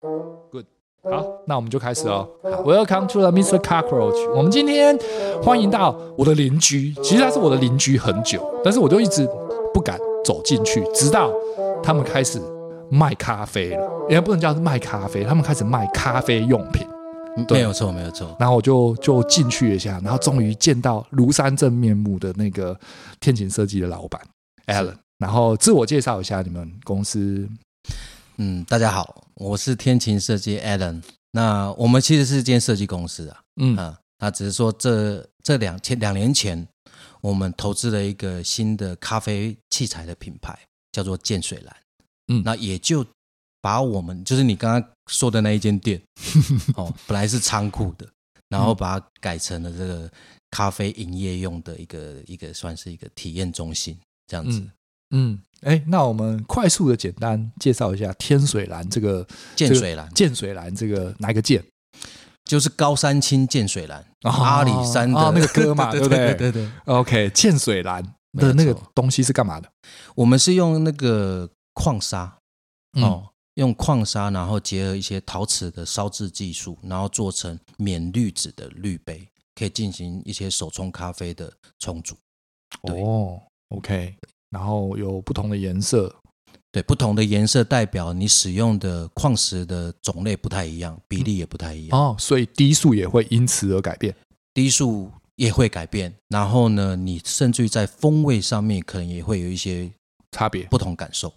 Good，好，那我们就开始哦。好，Welcome to the Mr. Cockroach。我们今天欢迎到我的邻居，其实他是我的邻居很久，但是我就一直不敢走进去，直到他们开始卖咖啡了，也不能叫是卖咖啡，他们开始卖咖啡用品。嗯对没有错，没有错。然后我就就进去一下，然后终于见到庐山真面目的那个天晴设计的老板 Alan。然后自我介绍一下你们公司，嗯，大家好，我是天晴设计 Alan。那我们其实是一间设计公司啊，嗯啊，那只是说这这两前两年前，我们投资了一个新的咖啡器材的品牌，叫做建水蓝。嗯那也就把我们就是你刚刚说的那一间 店，哦，本来是仓库的，然嗯后把它改成了这个咖啡营业用的一个一个算是一个体验中心这样子。嗯嗯，哎，那我们快速的简单介绍一下天水蓝这个建水蓝这个建水蓝这个哪一个建？就是高山青涧水蓝，哦阿里山的、哦那个歌 嘛对不对对对对，哦 OK，建水蓝没有的那个错东西是干嘛的？我们是用那个矿砂、嗯哦，用矿砂，然后结合一些陶瓷的烧制技术，然后做成免滤纸的滤杯，可以进行一些手冲咖啡的冲煮。对哦，OK，然后有不同的颜色，对，不同的颜色代表你使用的矿石的种类不太一样，比例也不太一嗯样，哦，所以低速也会因此而改变。滴数也会改变。然后呢，你甚至于在风味上面可能也会有一些差别，不同感受。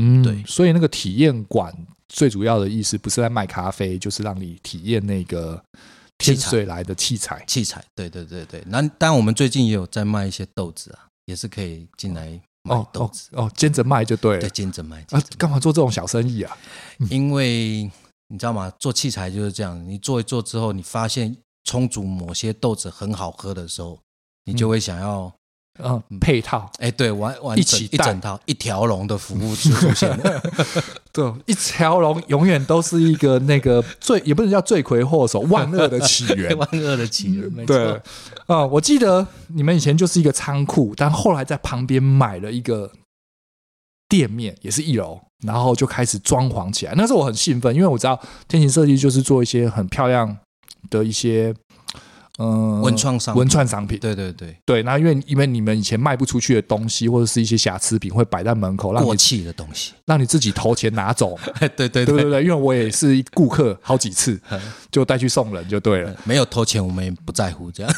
嗯，对所以那个体验馆最主要的意思不是在卖咖啡，就是让你体验那个天器材水来的器材。器材，对对对对。那当然，我们最近也有在卖一些豆子啊，也是可以进来买哦豆哦子，哦，兼着卖就对了对，。兼着卖。啊兼着，干嘛做这种小生意啊？卖因为你知道吗？做器材就是这样，你做一做之后，你发现冲煮某些豆子很好喝的时候，你就会想要，嗯，配套，哎、对，完完一整起一带整套一条龙的服务就出 现了。对，一条龙永远都是一个那个罪，也不能叫罪魁祸首，万恶的起源。哎 万恶的起源，没错。对，啊，我记得你们以前就是一个仓库，但后来在旁边买了一个店面，也是一楼，然后就开始装潢起来。那时候我很兴奋，因为我知道天行设计就是做一些很漂亮的一些，嗯、文创商品文创商品。对对对，对，那因为因为你们以前卖不出去的东西，或者是一些瑕疵品，会摆在门口，让过你气的东西， 让你自己投钱拿走嘛，对对对对不对？嗯对因为我也是顾客好几次，就带去送人就对了。没有投钱我们也不在乎，这样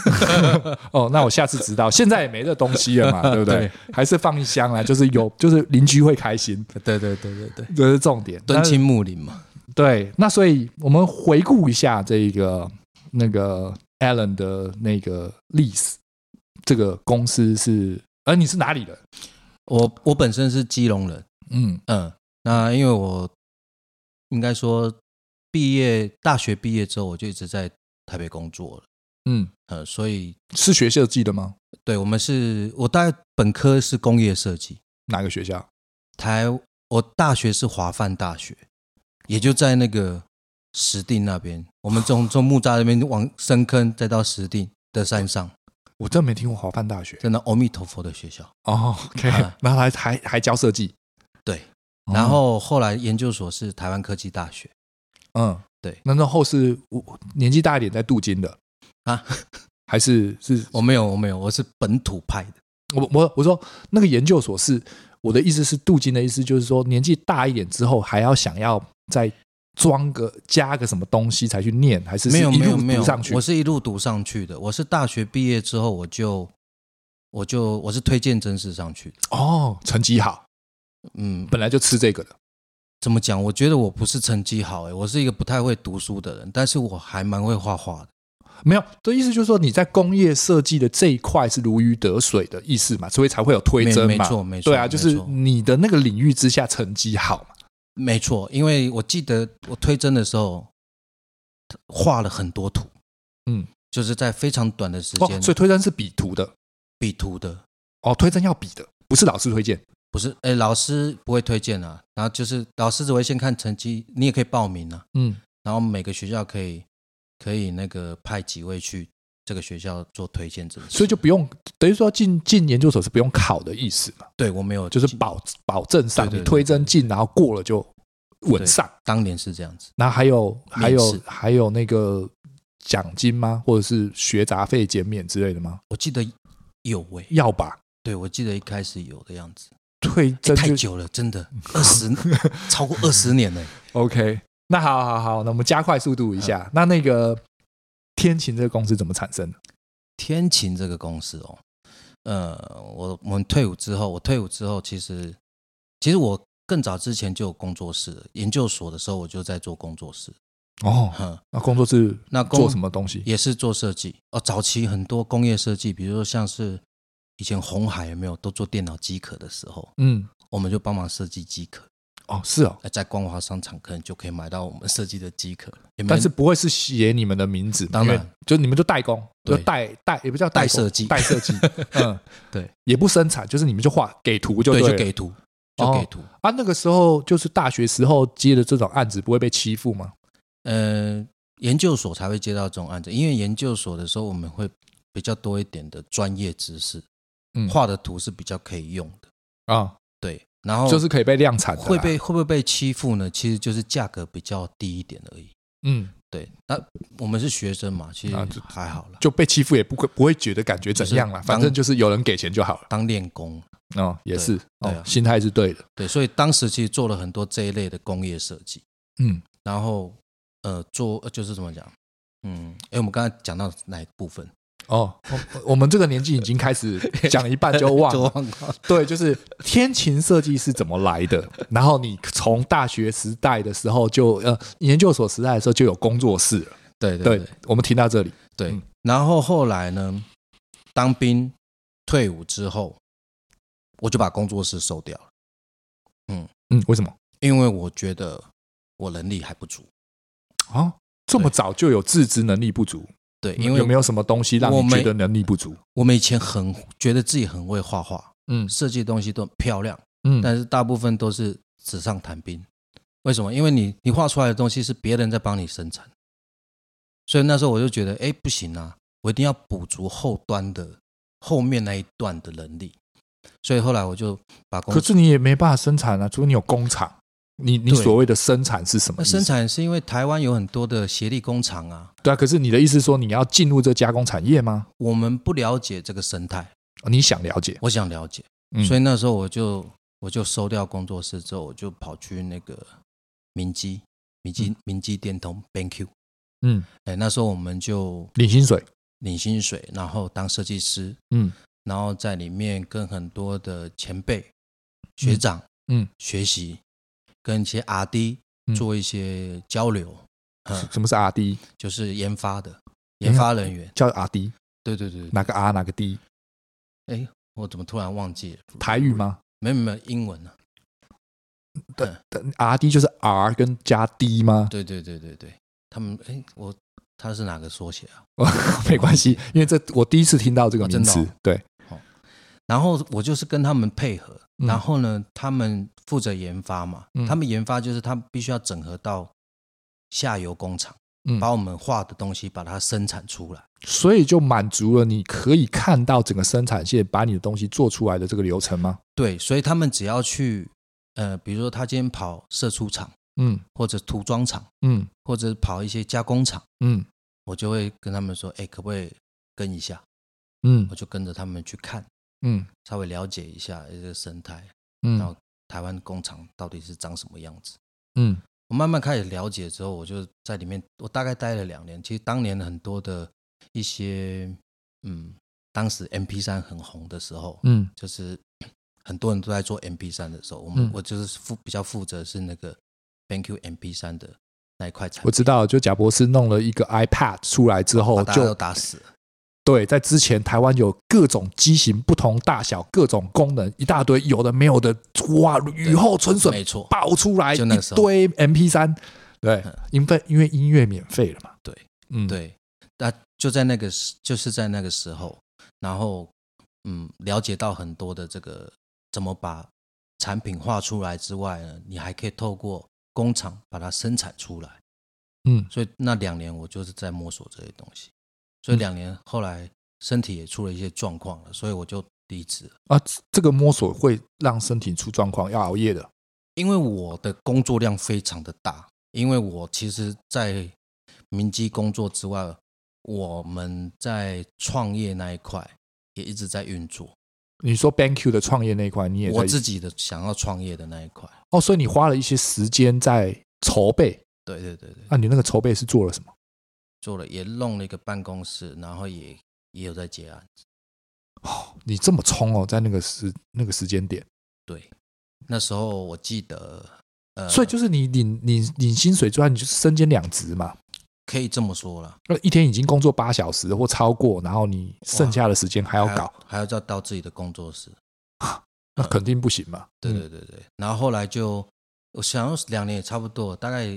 哦，那我下次知道，现在也没这东西 了嘛，对不对？对还是放一箱啦，就是 有，就是邻居会开心，对对对对对，这是重点。 敦亲睦邻嘛，那对，那所以我们回顾一下这个那个 Allen 的那个历史，这个公司是，呃，你是哪里人？我我本身是基隆人，嗯嗯，那因为我应该说毕业大学毕业之后，我就一直在台北工作了，嗯，呃，所以是学设计的吗？对我们是我大概本科是工业设计，哪个学校？台我大学是华范大学，也就在那个石碇那边，我们从从木栅那边往深坑，再到石碇的山上，我真没听过华范大学真的阿弥陀佛的学校。哦。OK，、啊然后还还还教设计，对，哦然后后来研究所是台湾科技大学嗯，对那那后是我年纪大一点在镀金的，啊， 还是是我没有我没有，我是本土派的。我我我说那个研究所是我的意思是镀金的意思，就是说年纪大一点之后还要想要再装个加个什么东西才去念，还是是没有一没路有没读有上去我？是一路读上去的。我是大学毕业之后，我就我就我是推荐真试上去的。哦，成绩好，嗯，本来就吃这个的。怎么讲？我觉得我不是成绩好、欸，我是一个不太会读书的人，但是我还蛮会画画的。没有，的意思就是说你在工业设计的这一块是如鱼得水的意思嘛，所以才会有推没甄嘛。没错没错对啊，没就是错你的那个领域之下成绩好嘛。没错，因为我记得我推甄的时候画了很多图，嗯，就是在非常短的时哦间，所以推甄是比图的，比图的，哦，推甄要比的，不是老师推荐。不是，哎，老师不会推荐啊，然后就是老师只会先看成绩，你也可以报名啊，嗯，然后每个学校可以可以那个派几位去这个学校做推荐这个事，所以就不用等于说进进研究所是不用考的意思嘛，对我没有，就是保保证上对对你对推甄进，然后过了就稳上。当年是这样子，然后还有还面有试还有那个奖金吗？或者是学杂费减免之类的吗？我记得有喂、要吧，对我记得一开始有的样子，退哎甄太就久了，真 的二十超过二十年了、欸嗯 OK。那好好好，那我们加快速度一下。那那个天晴这个公司怎么产生的？天晴这个公司哦，呃，我我们退伍之后，我退伍之后，其实其实我更早之前就有工作室了，研究所的时候我就在做工作室，哦，哼，那工作是那工做什么东西？也是做设计哦。早期很多工业设计，比如说像是以前红海有没有都做电脑机壳的时候，嗯，我们就帮忙设计机壳，哎哦，是哦，那在光华商场可能就可以买到我们设计的机壳，也没但是不会是写你们的名字，当然因为就你们就代工，就对代代也不叫代工代设计代设 计，嗯，对，也不生产，就是你们就画给图就对了就给图就给图，啊。那个时候就是大学时候接的这种案子，不会被欺负吗？呃，研究所才会接到这种案子，因为研究所的时候我们会比较多一点的专业知识，嗯画的图是比较可以用的，啊，对。然后就是可以被量产的啦，会被会不会被欺负呢？其实就是价格比较低一点而已。嗯对，那我们是学生嘛，其实啊就还好啦，就被欺负也不会不会觉得感觉怎样啦，就是反当正就是有人给钱就好了。当练功。哦，也是哦对啊，心态是对的。对，所以当时其实做了很多这一类的工业设计，嗯，然后呃，做呃就是怎么讲，嗯，哎，我们刚才讲到哪一部分？哦，我我们这个年纪已经开始讲一半 就忘 就了，忘光了 对，啊就是天晴设计是怎么来 的，然后你从大学时代的时候就呃研究所时代的时候就有工作室了，对对对对，我们停到这里，对，嗯然后后来呢，当兵退伍之后，我就把工作室收掉了，嗯，为什么？因为我觉得我能力还不足。啊，这么早就有自知能力不足，对，因因嗯为为有没有什么东西让我你没觉得能力不足？我们以前很觉得自己很会画画，嗯设计的东西都很漂亮，嗯，但是大部分都是纸上谈兵。为什么？因为你你画出来的东西是别人在帮你生产，所以那时候我就觉得，哎，不行啊，我一定要补足后端的后面那一段的能力。所以后来我就把公可是你也没办法生产啊，除非你有工厂。你你对所谓的生产是什么那意思？生产是因为台湾有很多的协力工厂啊，对啊，可是你的意思说你要进入这加工产业吗？哦我们不了解这个生态，你想了解？我想了解，嗯所以那时候我就我就收掉工作室之后，我就跑去那个明基明基、明基电通 BenQ，嗯，哎，那时候我们就领薪水，领薪水，然后当设计师，嗯然后在里面跟很多的前辈学长嗯，学习，跟一些 RD 嗯做一些交流，嗯，什么是 R D？就是研发的研研发发人员，叫 R D，对对对对。哪个 R 哪个 D？哎，我怎么突然忘记了？台语吗没有没有，英文呢、啊？R D 就是 R 跟加 D 吗？对对对对对，他们哎，我他是哪个缩写啊？ 没关系，因为这我第一次听到这个哦名真的哦词。对，然后我就是跟他们配合，嗯然后呢，他们负责研发嘛，嗯他们研发就是他们必须要整合到下游工厂，嗯把我们画的东西把它生产出来。所以就满足了你可以看到整个生产线把你的东西做出来的这个流程吗？对，所以他们只要去呃，比如说他今天跑射出厂，嗯或者涂装厂，嗯或者跑一些加工厂，嗯我就会跟他们说，哎，可不可以跟一下？嗯我就跟着他们去看。嗯稍微了解一下这个生态，然嗯后台湾工厂到底是长什么样子。嗯我慢慢开始了解之后，我就在里面，我大概待了两年。其实当年很多的一些，嗯，当时 MP 三很红的时候，嗯就是 很多人都在做 MP 三的时候，我们、嗯我就是负比较负责是那个 BenQ MP 三的那一块产我品，知道，就贾博士弄了一个 iPad 出来之后把，大家都就打死了。对，在之前台湾有各种机型、不同大小、各种功能，一大堆，有的没有的，哇，雨后春笋没错，爆出来一就那个时候堆 MP 三，对嗯，因为因为音乐免费了嘛，对，嗯，对，那就在那个时，就是在那个时候，然后嗯，了解到很多的这个怎么把产品化出来之外呢，你还可以透过工厂把它生产出来。嗯所以那两年我就是在摸索这些东西。所以两年后来身体也出了一些状况了，所以我就离职了。啊，这这个摸索会让身体出状况，要熬夜的。因为我的工作量非常的大，因为我其实，在民基工作之外，我们在创业那一块也一直在运作。你说 BanQ 的创业那一块，你也在我自己的想要创业的那一块，哦，所以你花了一些时间在筹备。对对对对，那、你那个筹备是做了什么？做了也弄了一个办公室，然后也也有在接案。你这么冲哦，在那个时那个时间点，对，那时候我记得，呃，所以就是你领领领薪水之外，你就是身兼两职嘛。可以这么说了，那一天已经工作八小时或超过，然后你剩下的时间还要搞，还要再到自己的工作室。那肯定不行嘛。对嗯对对对，然后后来就我想要两年也差不多，大概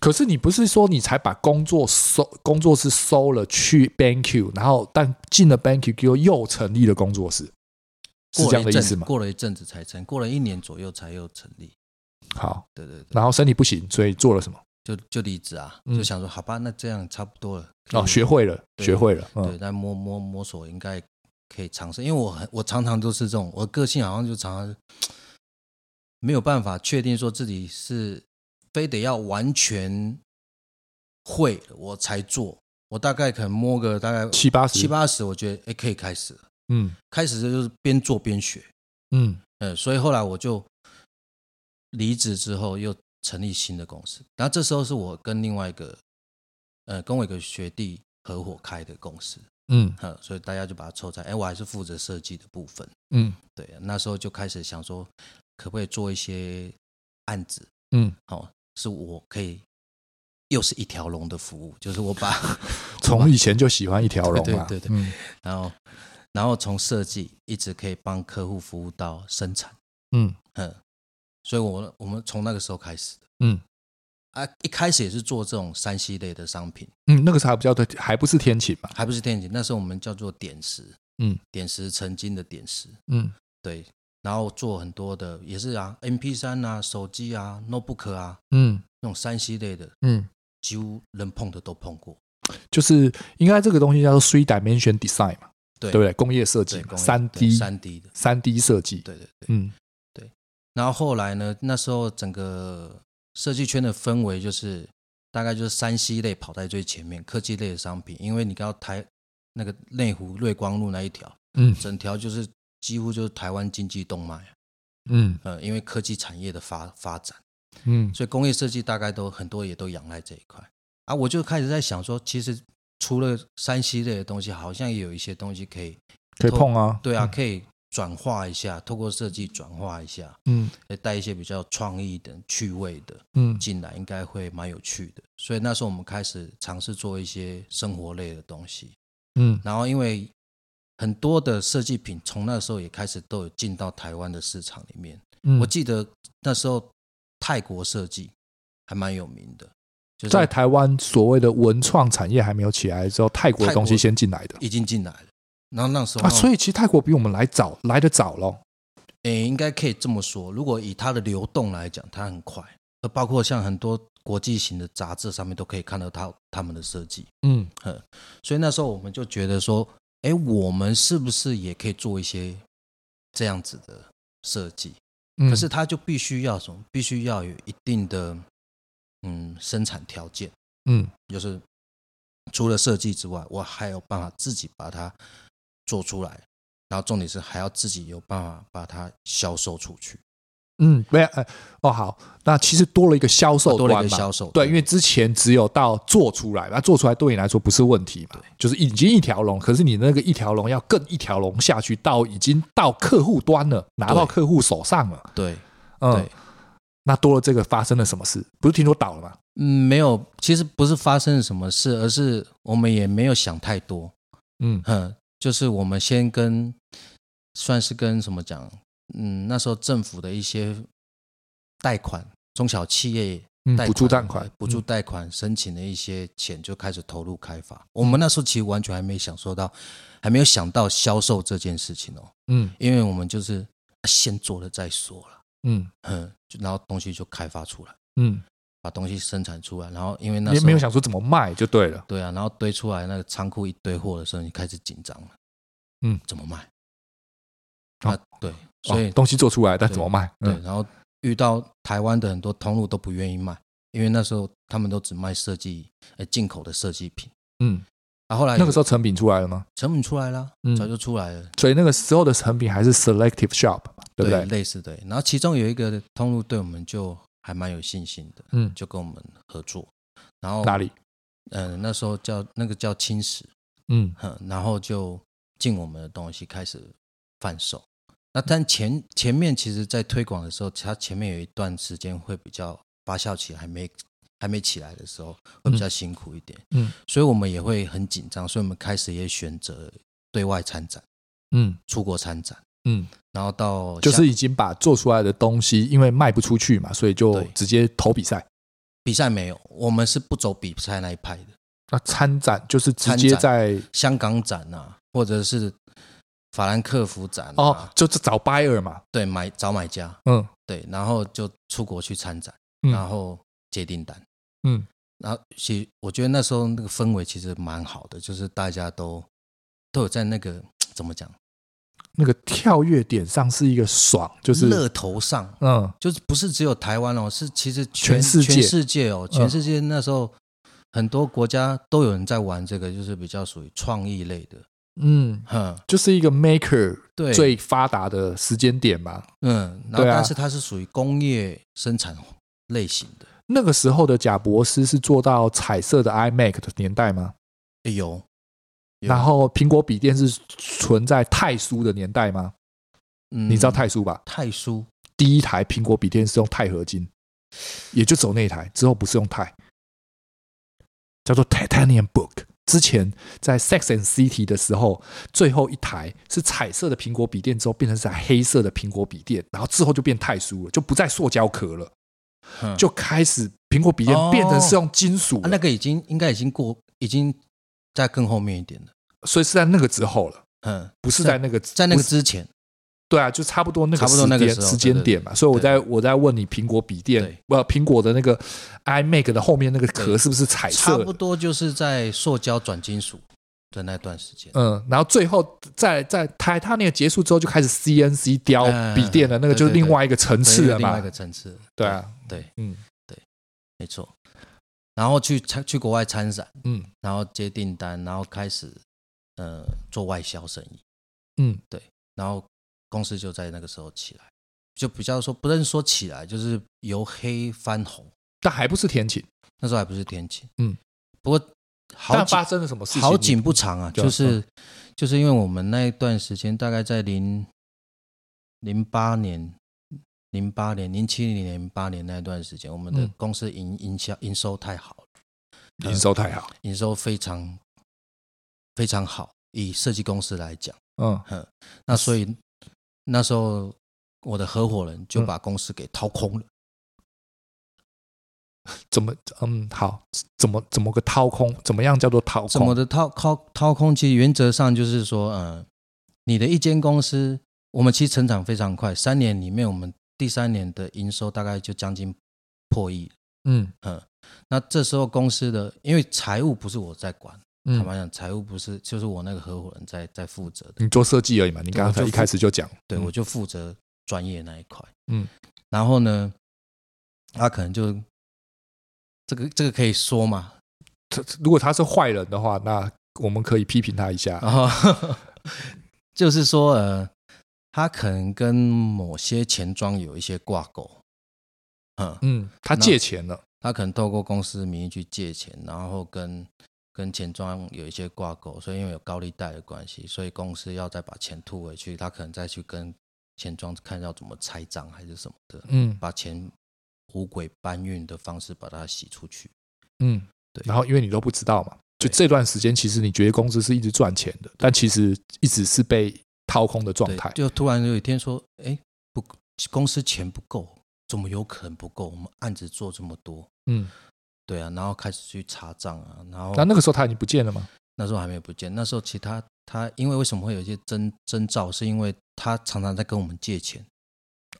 可是你不是说你才把工作收工作室收了去 BanQ，然后但进了 BanQ 又又成立了工作室，是过这了样的一意阵思子，吗？过了一阵子才成，过了一年左右才又成立。好，对对对，然后身体不行，所以做了什么？就就离职啊，嗯就想说好吧，那这样差不多了。可以哦，学会了，对学会了，对，嗯，那摸摸摸索应该可以尝试，因为我很我常常都是这种，我个性好像就常常没有办法确定说自己是非得要完全会了我才做，我大概可能摸个大概七八十，七，八十，我觉得哎可以开始了，嗯开始就是边做边学，嗯，嗯，所以后来我就离职之后又成立新的公司，然后这时候是我跟另外一个呃跟我一个学弟合伙开的公司。嗯嗯，所以大家就把它凑在，哎，我还是负责设计的部分。嗯对，啊那时候就开始想说，可不可以做一些案子，嗯，好、是我可以又是一条龙的服务，就是我把，从以前就喜欢一 条龙嘛， 对对对嗯然后然后从设计一直可以帮客户服务到生产，嗯嗯，所以我我们从那个时候开始的嗯啊，一开始也是做这种山西类的商品，嗯，那个时候还不叫对，还不是天启嘛，还不是电器，那时候我们叫做点石，嗯，点石成金的点石，嗯对，然后做很多的也是啊，MP 三啊、手机啊、notebook 啊，嗯那种三 C 类的，嗯，几乎能碰的都碰过。就是应该这个东西叫做 three dimension design 嘛，对对不对？工业设计对嘛，，三三 D 三 D 的，三 D 设计，对对对。嗯然后后来呢，那时候整个设计圈的氛围就是大概就是三 C 类跑在最前面，科技类的商品，因为你刚台那个内湖瑞光路那一条，嗯整条就是几乎就是台湾经济动脉，嗯呃，因为科技产业的发发展。嗯所以工业设计大概都很多也都仰赖这一块啊。我就开始在想说，其实除了山西类的东西，好像也有一些东西可以，可以碰啊，对啊，可以转化一下，透过设计转化一下，嗯呃带一些比较创意的、趣味的嗯进来，应该会蛮有趣的。所以那时候我们开始尝试做一些生活类的东西，嗯然后因为很多的设计品从那时候也开始都有进到台湾的市场里面。嗯，我记得那时候泰国设计还蛮有名的，就是在台湾所谓的文创产业还没有起来的时候，泰国的东西先进来的已经进来了。然后那时候，啊，所以以其实泰国比我们来早，来的早咯。诶，应该可以这么说，如果以它的流动来讲，它很快，呃包括像很多国际型的杂志上面都可以看到它他们的设计。嗯所以那时候我们就觉得说，诶，我们是不是也可以做一些这样子的设计？嗯，可是它就必须要什么？必须要有一定的嗯生产条件。嗯就是除了设计之外，我还有办法自己把它做出来，然后重点是还要自己有办法把它销售出去，嗯，没有呃哦好，那其实多了一个销售哦多了一端个嘛，销售。对，因为之前只有到做出来，那做出来对你来说不是问题嘛对，就是已经一条龙，可是你那个一条龙要更一条龙下去，到已经到客户端了，拿到客户手上了，对嗯对，那多了这个发生了什么事？不是听说倒了吗？嗯，没有，其实不是发生了什么事，而是我们也没有想太多，嗯哼，呃就是我们先跟算是跟什么讲，嗯，那时候政府的一些贷款，中小企业嗯，贷补助贷款嗯呃，补助贷款申请的一些钱就开始投入开发。嗯我们那时候其实完全还没想说到，还没有想到销售这件事情哦，嗯，因为我们就是先做了再说了。嗯嗯，就然后东西就开发出来，嗯，把东西生产出来，然后因为那也时候没有想说怎么卖就对了。对啊，然后堆出来那个仓库一堆货的时候，你开始紧张了，嗯，怎么卖？哦啊，对，所以、哦东西做出来，但怎么卖？对，嗯然后遇到台湾的很多通路都不愿意卖，因为那时候他们都只卖设计呃进口的设计品，嗯，然、后后来那个时候候成品出来了吗？成本出来了，嗯早就出来了，所以那个时候的成品还是 selective shop，嘛对不对？类似对，然后其中有一个通路对我们就还蛮有信心的，嗯，就跟我们合作，然后哪里？嗯、呃那时候叫那个叫青石，嗯哼，然后就进我们的东西开始贩售。那但前前面其实，在推广的时候，它前面有一段时间会比较发酵期还没还没起来的时候，会比较辛苦一点。嗯，所以我们也会很紧张，所以我们开始也选择对外参展、嗯出国参展，嗯，然后到就像是已经把做出来的东西，因为卖不出去嘛，所以就对直接投比赛。比赛没有，我们是不走比赛那一派的，那参展就是直参接展嗯在香港展啊，或者是法兰克福展啊，哦，就是找 buyer 嘛，对，买找买家，嗯对，然后就出国去参展，嗯然后接订单，嗯，然后其实我觉得那时候那个氛围其实蛮好的，就是大家都都有在那个怎么讲，那个跳跃点上是一个爽，就是乐头上，嗯就是不是只有台湾哦，是其实全世界全世界哦，嗯全世界那时候很多国家都有人在玩这个，就是比较属于创意类的，嗯，哼，就是一个 maker 对，最发达的时间点嘛。嗯，然后对啊但是它是属于工业生产类型的，那个时候的贾博斯是做到彩色的 iMac 的年代吗？哎有，有然后苹果笔电是存在太苏的年代吗？你你知道太苏吧？太叔第一台苹果笔电是用钛合金，也就走那一台，之后不是用钛，叫做 Titanium Book。之前在 Sex and City 的时候，最后一台是彩色的苹果笔电，之后变成是台黑色的苹果笔电，然后之后就变钛书了，就不再塑胶壳了，哼就开始苹果笔电变成是用金属啊，了那个已经应该已经过，已经在更后面一点了。所以是在那个之后了，嗯，不是在那个在那不个是之前，对啊，就差不多那个差不多那个时时间候时间点嘛，所以我在我在问你苹果笔电对不苹果的那个 iMac 的后面那个壳对是不是彩差色不的？多就是在塑胶转金属的那段时间。嗯，然后最后在在 Titanium 结束之后就开始 CNC 雕嗯笔电了，那个就是对对另外一个层次对了另外一嘛个。层次。对啊，对，嗯没错。然后去参去国外参展，嗯然后接订单，然后开始呃做外销生意，嗯然后公司就在那个时候起来，就比较说不能说起来，就是由黑翻红。但还不是天晴。那时候还不是天气，嗯。不过好但几发生了什么事情？好景不长啊，对啊就是就是因为我们那一段时间大概在零零八年、零八年、零七年、零八年那一段时间，我们的嗯公司营营销营收太好了，你嗯营收太好。营收非常非常好，以设计公司来讲，嗯那所以那时候我的合伙人就把公司给掏空了，怎么嗯好？怎么怎么个掏空？怎么样叫做掏怎么空？的掏掏掏空？其实原则上就是说，呃，你的一间公司，我们其实成长非常快，三年里面，我们第三年的营收大概就将近破亿。嗯那这时候公司的，因为财务不是我在管，坦嗯，白讲，财务不是就是我那个合伙人在在负责的，你做设计而已嘛，你对刚才我就一开始就讲。对嗯我就负责专业那一块。嗯，然后呢，他可能就这个这个可以说嘛，他如果他是坏人的话，那我们可以批评他一下。然后就是说，呃，他可能跟某些钱庄有一些挂钩，嗯，嗯，他借钱了，他可能透过公司名义去借钱，然后跟跟钱庄有一些挂钩，所以因为有高利贷的关系，所以公司要再把钱吐回去，他可能再去跟钱庄看要怎么拆账还是什么的，嗯把钱五鬼搬运的方式把它洗出去。嗯，对然后因为你都不知道嘛，就对这段时间，其实你觉得公司是一直赚钱的，但其实一直是被掏空的状对，态。就突然有一天说，哎，不，公司钱不够，怎么有可能不够？我们案子做这么多，嗯，对啊，然后开始去查账啊，然后那那个时候他已经不见了吗？那时候还没有不见，那时候其他他因为为什么会有一些征征兆，是因为他常常在跟我们借钱，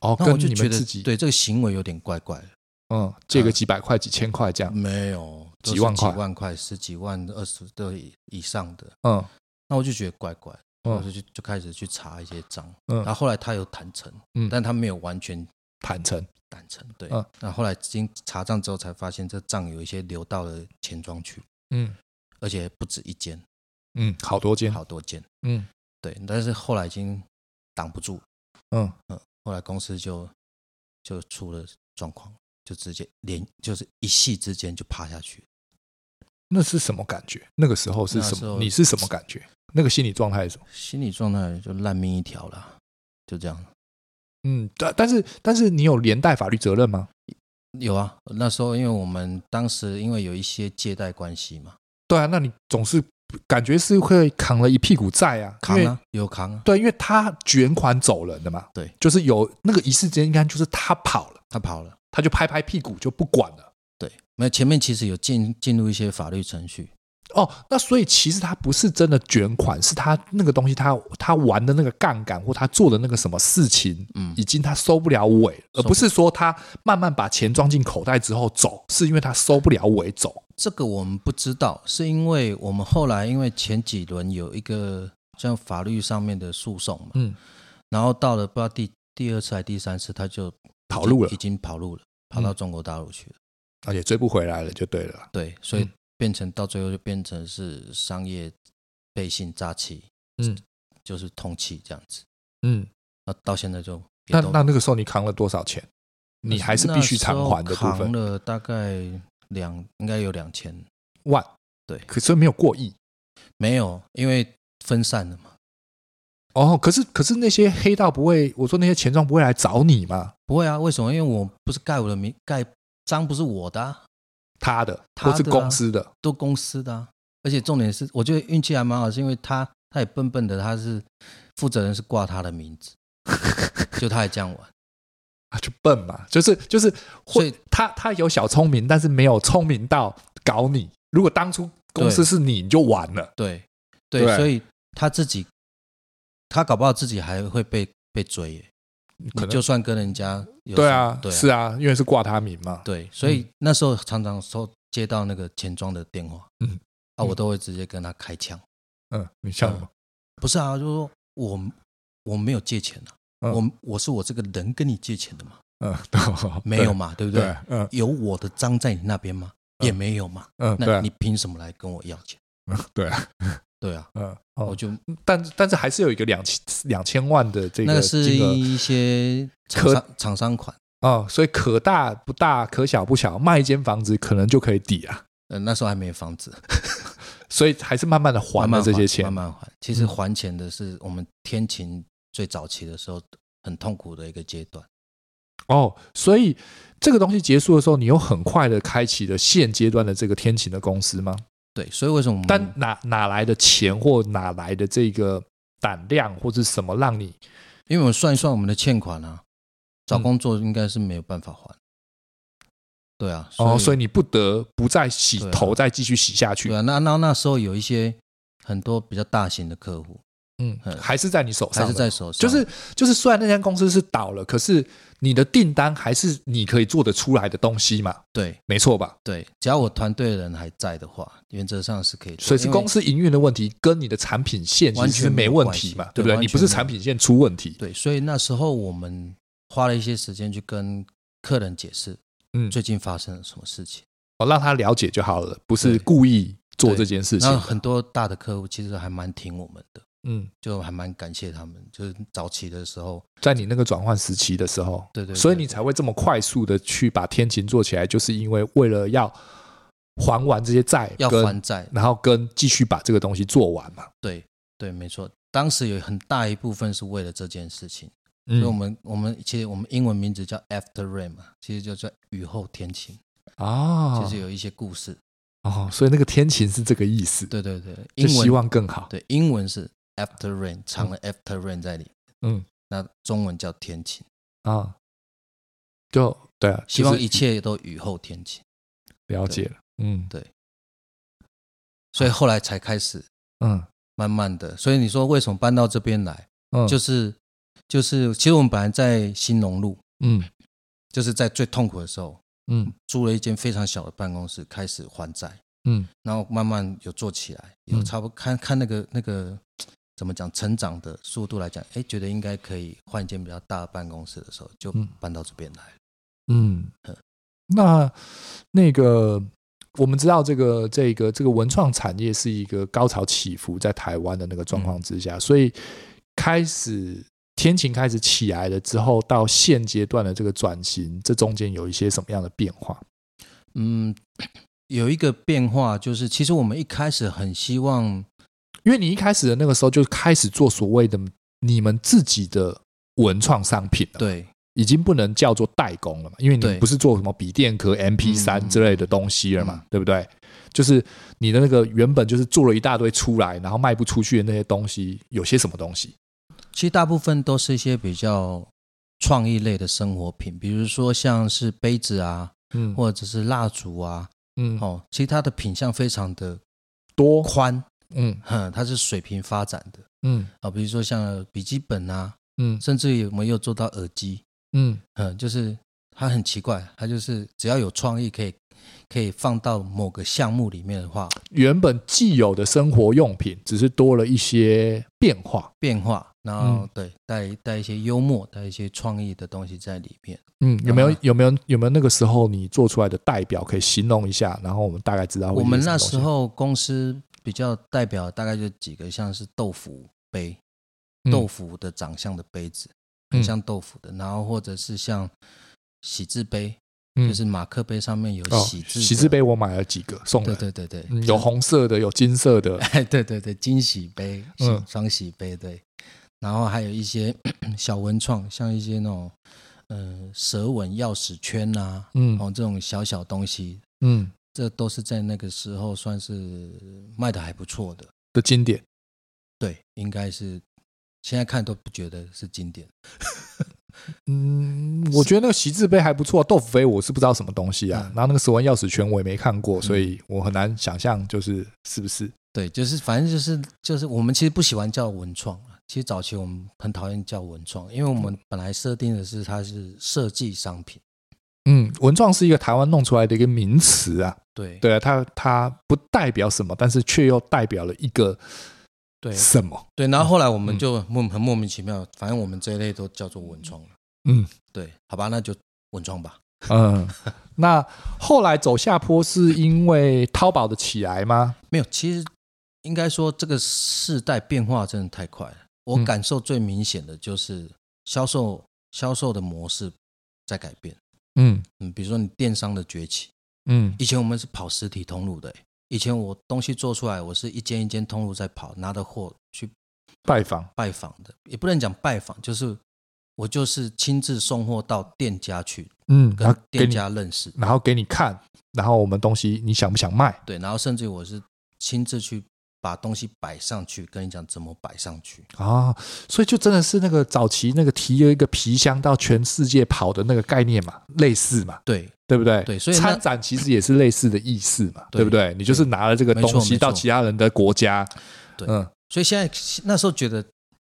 哦，那我跟就你觉们得自己对这个行为有点怪怪的。嗯借个几百块、几千块这样，没有都几是万块几万块、十几万、二十的以上的，嗯那我就觉得怪怪，嗯我就去就开始去查一些账，嗯然后后来他有坦诚，嗯但他没有完全坦诚坦诚，对嗯，那后来经查账之后才发现，这账有一些流到了钱庄去，嗯而且不止一间，嗯，好多间，好多间，嗯对，但是后来已经挡不住，嗯后来公司就就出了状况，就直接连就是一夕之间就趴下去，那是什么感觉？那个时候是什那时么？候你是什么感觉？那个心理状态是什么？心理状态就烂命一条了，就这样。嗯，但但是但是你有连带法律责任吗？有啊，那时候因为我们当时因为有一些借贷关系嘛，对啊，那你总是感觉是会扛了一屁股债啊，扛因为啊，有扛啊，对，因为他卷款走人的嘛，对，就是有那个一瞬间，应该就是他跑了，他跑了。他就拍拍屁股就不管了。对，没有前面其实有进进入一些法律程序，哦，那所以其实他不是真的卷款，是他那个东西他，他玩的那个杠杆或他做的那个什么事情，嗯已经他收不了尾了，而收不不是说他慢慢把钱装进口袋之后走，是因为他收不了尾走。这个我们不知道，是因为我们后来因为前几轮有一个像法律上面的诉讼嘛，嗯，然后到了不知道第第二次还第三次，他就跑路了嗯已，经跑路了，跑到中国大陆去了。而且追不回来了，就对了。对，所以嗯变成到最后就变成是商业背信诈欺，嗯就是通气这样子。嗯，那到现在就也那都那那个时候你扛了多少钱？你还是必须偿还的部那时候扛分，了大概两，应该有两千，万对可是没有过亿没有，因为分散了嘛，哦。可是可是那些黑道不会，我说那些钱庄不会来找你吗？不会啊，为什么？因为我不是盖我的名，盖章不是我的、啊，他的他的或啊是公司的，都公司的、啊，而且重点是，我觉得运气还蛮好，是因为他他也笨笨的，他是负责人是挂他的名 字，就他也这样玩，啊，就笨嘛，就是就是所会以他他有小聪明，但是没有聪明到搞你。如果当初公司对是你，你就完了。对对，对所以他自己，他搞不好自己还会被被追耶，可你能就算跟人家有对什么啊，对啊是啊，嗯因为是挂他名嘛。对，所以那时候常常收接到那个钱庄的电话，嗯嗯，啊，我嗯都会直接跟他开枪，嗯，你像什么？不是啊，就是说我我没有借钱啊，嗯我我是我这个人跟你借钱的嘛，嗯，没有嘛，对不对对？对，嗯有我的章在你那边吗？嗯也没有嘛，嗯，对那啊你凭什么来跟我要钱？对啊，对啊，嗯，我哦，就但但是还是有一个两千两千万的这那个是金额一些可厂商厂商款，哦，所以可大不大，可小不小，卖一间房子可能就可以抵啊，呃，那时候还没有房子，所以还是慢慢的还慢了慢这些钱。慢慢还。其实嗯还钱的是我们天晴最早期的时候很痛苦的一个阶段。哦，所以这个东西结束的时候，你又很快的开启了现阶段的这个天晴的公司吗？对，所以为什么我们但哪哪来的钱或哪来的这个胆量或是什么让你因为我们算一算我们的欠款嗯啊，找工作应该是没有办法还。对啊，哦，所以你不得不再洗对啊头，再继续洗下去对。啊，那那那时候有一些很多比较大型的客户嗯嗯，还是在你手还上是的，在手上，就是就是，虽然那间公司是倒了，可是你的订单还是你可以做得出来的东西嘛，对没错吧？对，只要我团队的人还在的话，原则上是可以做。所以是因为公司营运的问题，跟你的产品线其完实全是没没有问关题系嘛，对对不对？完你全不是没有产品线出问题，对，所以那时候我们花了一些时间去跟客人解释嗯，最近发生了什么事情。哦，让他了解就好了，不是对故意做这件事情啊那。很多大的客户其实还蛮挺我们的，嗯，就还蛮感谢他们，就是早期的时候。在你那个转换时期的时候，对对对所以你才会这么快速的去把天晴做起来，就是因为为了要还完这些债，要跟还债，然后跟继续把这个东西做完嘛。对对，没错。当时有很大一部分是为了这件事情，所以我嗯，们我们其实我们英文名字叫 After Rain 嘛，其实就叫雨后天晴，哦其实有一些故事。哦，所以那个天晴是这个意思，对对对，就英希文望更好。对英文是 After Rain，藏了 After Rain 在里面，嗯那中文叫天晴，啊，就对啊，希望就是啊一切都雨后天晴。了解了。嗯所以后来才开始嗯慢慢的，所以你说为什么搬到这边来，嗯，就是就是其实我们本来在新农路，嗯就是在最痛苦的时候，嗯租了一间非常小的办公室，开始还债，嗯然后慢慢有做起来，有嗯差不多看看那个那个怎么讲成长的速度来讲，哎，觉得应该可以换一间比较大的办公室的时候，就嗯搬到这边来。嗯。那那个我们知道，这个这个这个文创产业是一个高潮起伏在台湾的那个嗯状况之下，所以开始天晴开始起来了之后，到现阶段的这个转型，这中间有一些什么样的变化？嗯，有一个变化就是，其实我们一开始很希望，因为你一开始的那个时候就开始做所谓的你们自己的文创商品了，，对已经不能叫做代工了嘛，因为你对不是做什么笔电壳、MP 三嗯之类的东西了嘛，嗯对不对？就是你的那个原本就是做了一大堆出来，然后卖不出去的那些东西，有些什么东西？其实大部分都是一些比较创意类的生活品，比如说像是杯子啊，嗯或者是蜡烛啊，嗯哦，其实它的品相非常的多宽，嗯哼，它是水平发展的嗯啊、比如说像笔记本啊，嗯甚至有没有做到耳机，嗯嗯，就是它很奇怪，它就是只要有创意可以可以放到某个项目里面的话，原本既有的生活用品，只是多了一些变化。变化，然后、嗯对带带一些幽默，带一些创意的东西在里面。嗯，有没有啊有没有有没有那个时候你做出来的代表可以形容一下，然后我们大概知道会我们是什么那东西时候公司比较代表大概就几个，像是豆腐杯，嗯豆腐的长相的杯子，很像豆腐的，然后或者是像喜字杯，嗯就是马克杯上面有哦喜字的，喜字杯，我买了几个送对的，对对对，嗯有红色的，有金色 的，哎，对对对，惊喜杯，嗯嗯，双喜杯，对。然后还有一些 小文创，像一些那种呃蛇纹钥匙圈呐、嗯哦这种小小东西，嗯这都是在那个时候算是卖的还不错的。的经典。对，应该是现在看都不觉得是经典。嗯，我觉得那个喜字杯还不错，豆腐杯我是不知道什么东西啊。嗯然后那个蛇纹钥匙圈我也没看过，所以我很难想象就是是不是。对，就是反正就是就是我们其实不喜欢叫文创啊。其实早期我们很讨厌叫文创，因为我们本来设定的是它是设计商品。嗯，文创是一个台湾弄出来的一个名词啊，对对啊，它它不代表什么，但是却又代表了一个对什么。对，然后后来我嗯们就莫很莫名其妙，反正我们这一类都叫做文创了。嗯，对，好吧，那就文创吧。 嗯，那后来走下坡是因为淘宝的起来吗？没有，其实应该说这个世代变化真的太快了。我嗯感受最明显的就是销售销售的模式在改变。嗯嗯，比如说你电商的崛起，嗯以前我们是跑实体通路的、欸以前我东西做出来，我是一间一间通路在跑，拿着货去拜访。拜访的，也不能讲拜访，就是我就是亲自送货到店家去，嗯，然跟后给店你，家认识，然后给你看，然后我们东西你想不想卖？对，然后甚至我是亲自去把东西摆上去，跟你讲怎么摆上去，啊，所以就真的是那个早期那个提了一个皮箱到全世界跑的那个概念嘛，类似嘛，对对不对？对所以那参展其实也是类似的意思嘛，对对不对？你就是拿了这个没错东西没错到其他人的国家，对嗯所以现在那时候觉得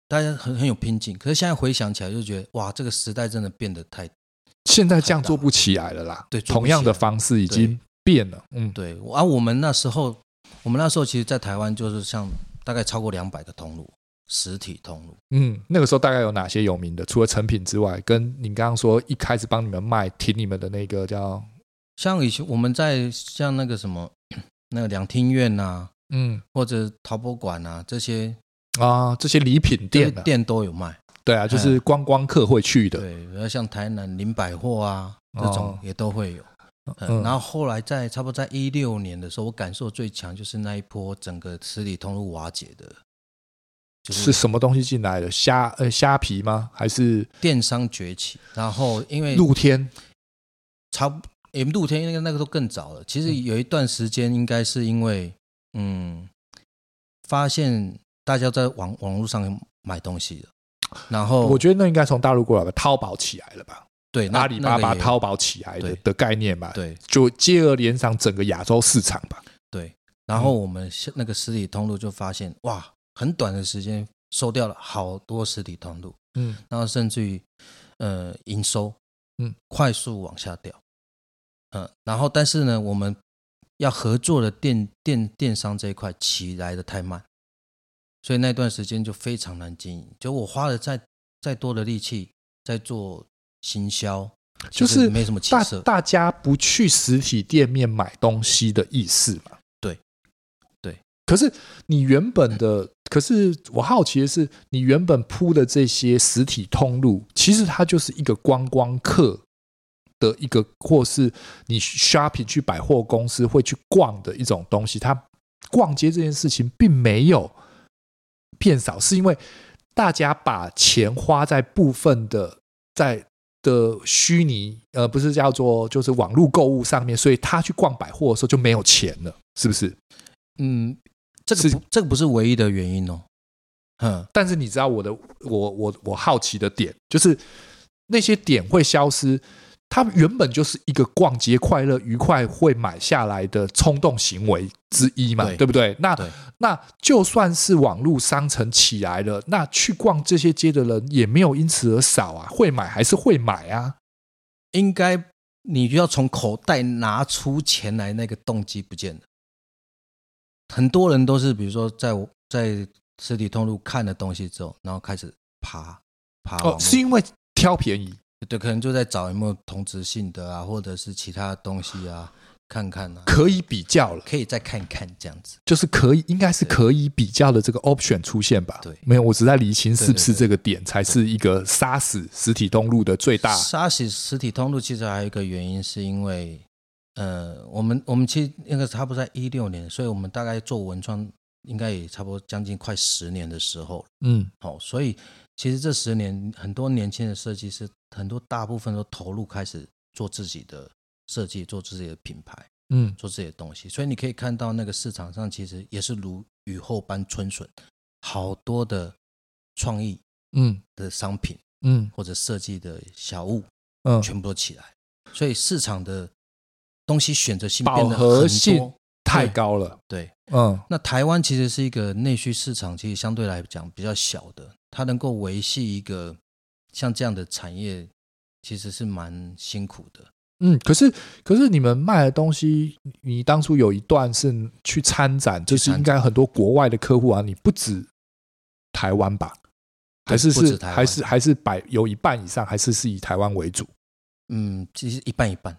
大家很很有拼劲，可是现在回想起来就觉得哇，这个时代真的变得太现在这样做不起来了啦，对做不同样的起来方式已经变了，嗯，对，啊，我们那时候我们那时候其实，在台湾就是像大概超过两百个通路，实体通路，嗯，那个时候大概有哪些有名的？除了成品之外，跟你刚刚说一开始帮你们卖、挺你们的那个叫像以前我们在像那个什么那个两厅院呐、嗯或者陶博馆啊这些啊这些礼品这店些的、店都有卖。对啊，就是观光客会去的，对，比如像台南林百货啊这哦种也都会有。嗯嗯，然后后来在差不多在一六年的时候，我感受最强就是那一波整个十里通路瓦解的，就是是嗯什么东西进来的？虾呃虾皮吗？还是电商崛起。然后因为露天？哦差不也露天那个那个都更早了，其实嗯有一段时间应该是因为嗯，发现大家在网网络上买东西了，然后我觉得那应该从大陆过来吧，淘宝起来了吧？对那阿里巴那巴、个也淘宝起来的对的概念吧，对就接二连上整个亚洲市场吧。对，然后我们是那个实体通路就发现，哇，很短的时间收掉了好多实体通路，嗯然后甚至于呃营收，嗯，快速往下掉，嗯、然后但是呢，我们要合作的电电电商这一块起来的太慢，所以那段时间就非常难经营。就我花了再再多的力气在做行销，就其实是没什么起大色。大家不去实体店面买东西的意思嘛？对，对。可是你原本的，可是我好奇的是，你原本铺的这些实体通路，其实它就是一个观光客的一个，或是你 shopping 去百货公司会去逛的一种东西。它逛街这件事情并没有变少，是因为大家把钱花在部分的在的虚拟，呃，不是叫做就是网络购物上面，所以他去逛百货的时候就没有钱了，是不是？嗯，这个是不这个不是唯一的原因哦。嗯，但是你知道我的，我我我好奇的点就是那些点会消失，它原本就是一个逛街快乐、愉快会买下来的冲动行为之一嘛，对对不对？那对那就算是网络商城起来了，那去逛这些街的人也没有因此而少啊，会买还是会买啊。应该你就要从口袋拿出钱来，那个动机不见了。很多人都是，比如说在我在实体通路看了东西之后，然后开始爬爬网哦络、，是因为挑便宜，对，可能就在找有没有同质性的啊，或者是其他的东西啊，看看啊，可以比较了。可以再看看这样子。就是可以，应该是可以比较的这个 option 出现吧？对没有，我只在厘清是不是对对对这个点才是一个杀死实体通路的最大。杀死实体通路其实还有一个原因，是因为呃，我们我们其实那个差不多在一六年，所以我们大概做文创应该也差不多将近快十年的时候，嗯好、哦所以其实这十年很多年轻的设计师，很多大部分都投入开始做自己的设计，做自己的品牌，嗯，做自己的东西，所以你可以看到那个市场上其实也是如雨后般春笋，好多的创意嗯的商品嗯或者设计的小物，嗯，全部都起来，所以市场的东西选择性饱变得和很性多。太高了。对，嗯那台湾其实是一个内需市场，其实相对来讲比较小的，它能够维系一个像这样的产业，其实是蛮辛苦的。嗯，可是可是你们卖的东西，你当初有一段是去参展，就是参展应该很多国外的客户啊，你不止台湾吧？还是不止是台湾还是还是百有一半以上，还是是以台湾为主？嗯，其实一半一半，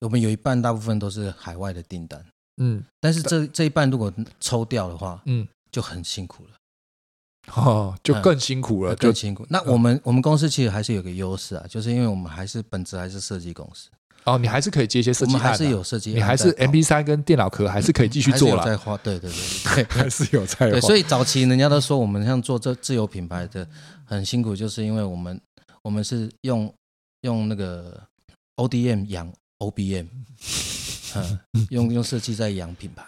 我们有一半大部分都是海外的订单，嗯但是这这一半如果抽掉的话，嗯，就很辛苦了，哦，就嗯更辛苦了，就更辛苦。那我们我们公司其实还是有个优势啊，就是因为我们还是本质还是设计公司，哦，你还是可以接一些设我计们案、啊，还是有设计案你在跑，还是 M P 三跟电脑壳还是可以继续做还是有了，在花，对对对对。 还是有在对，画所以早期人家都说我们像做这自有品牌的很辛苦，就是因为我们我们是用用那个 ODM 养 OBM，嗯，用用设计在养品牌，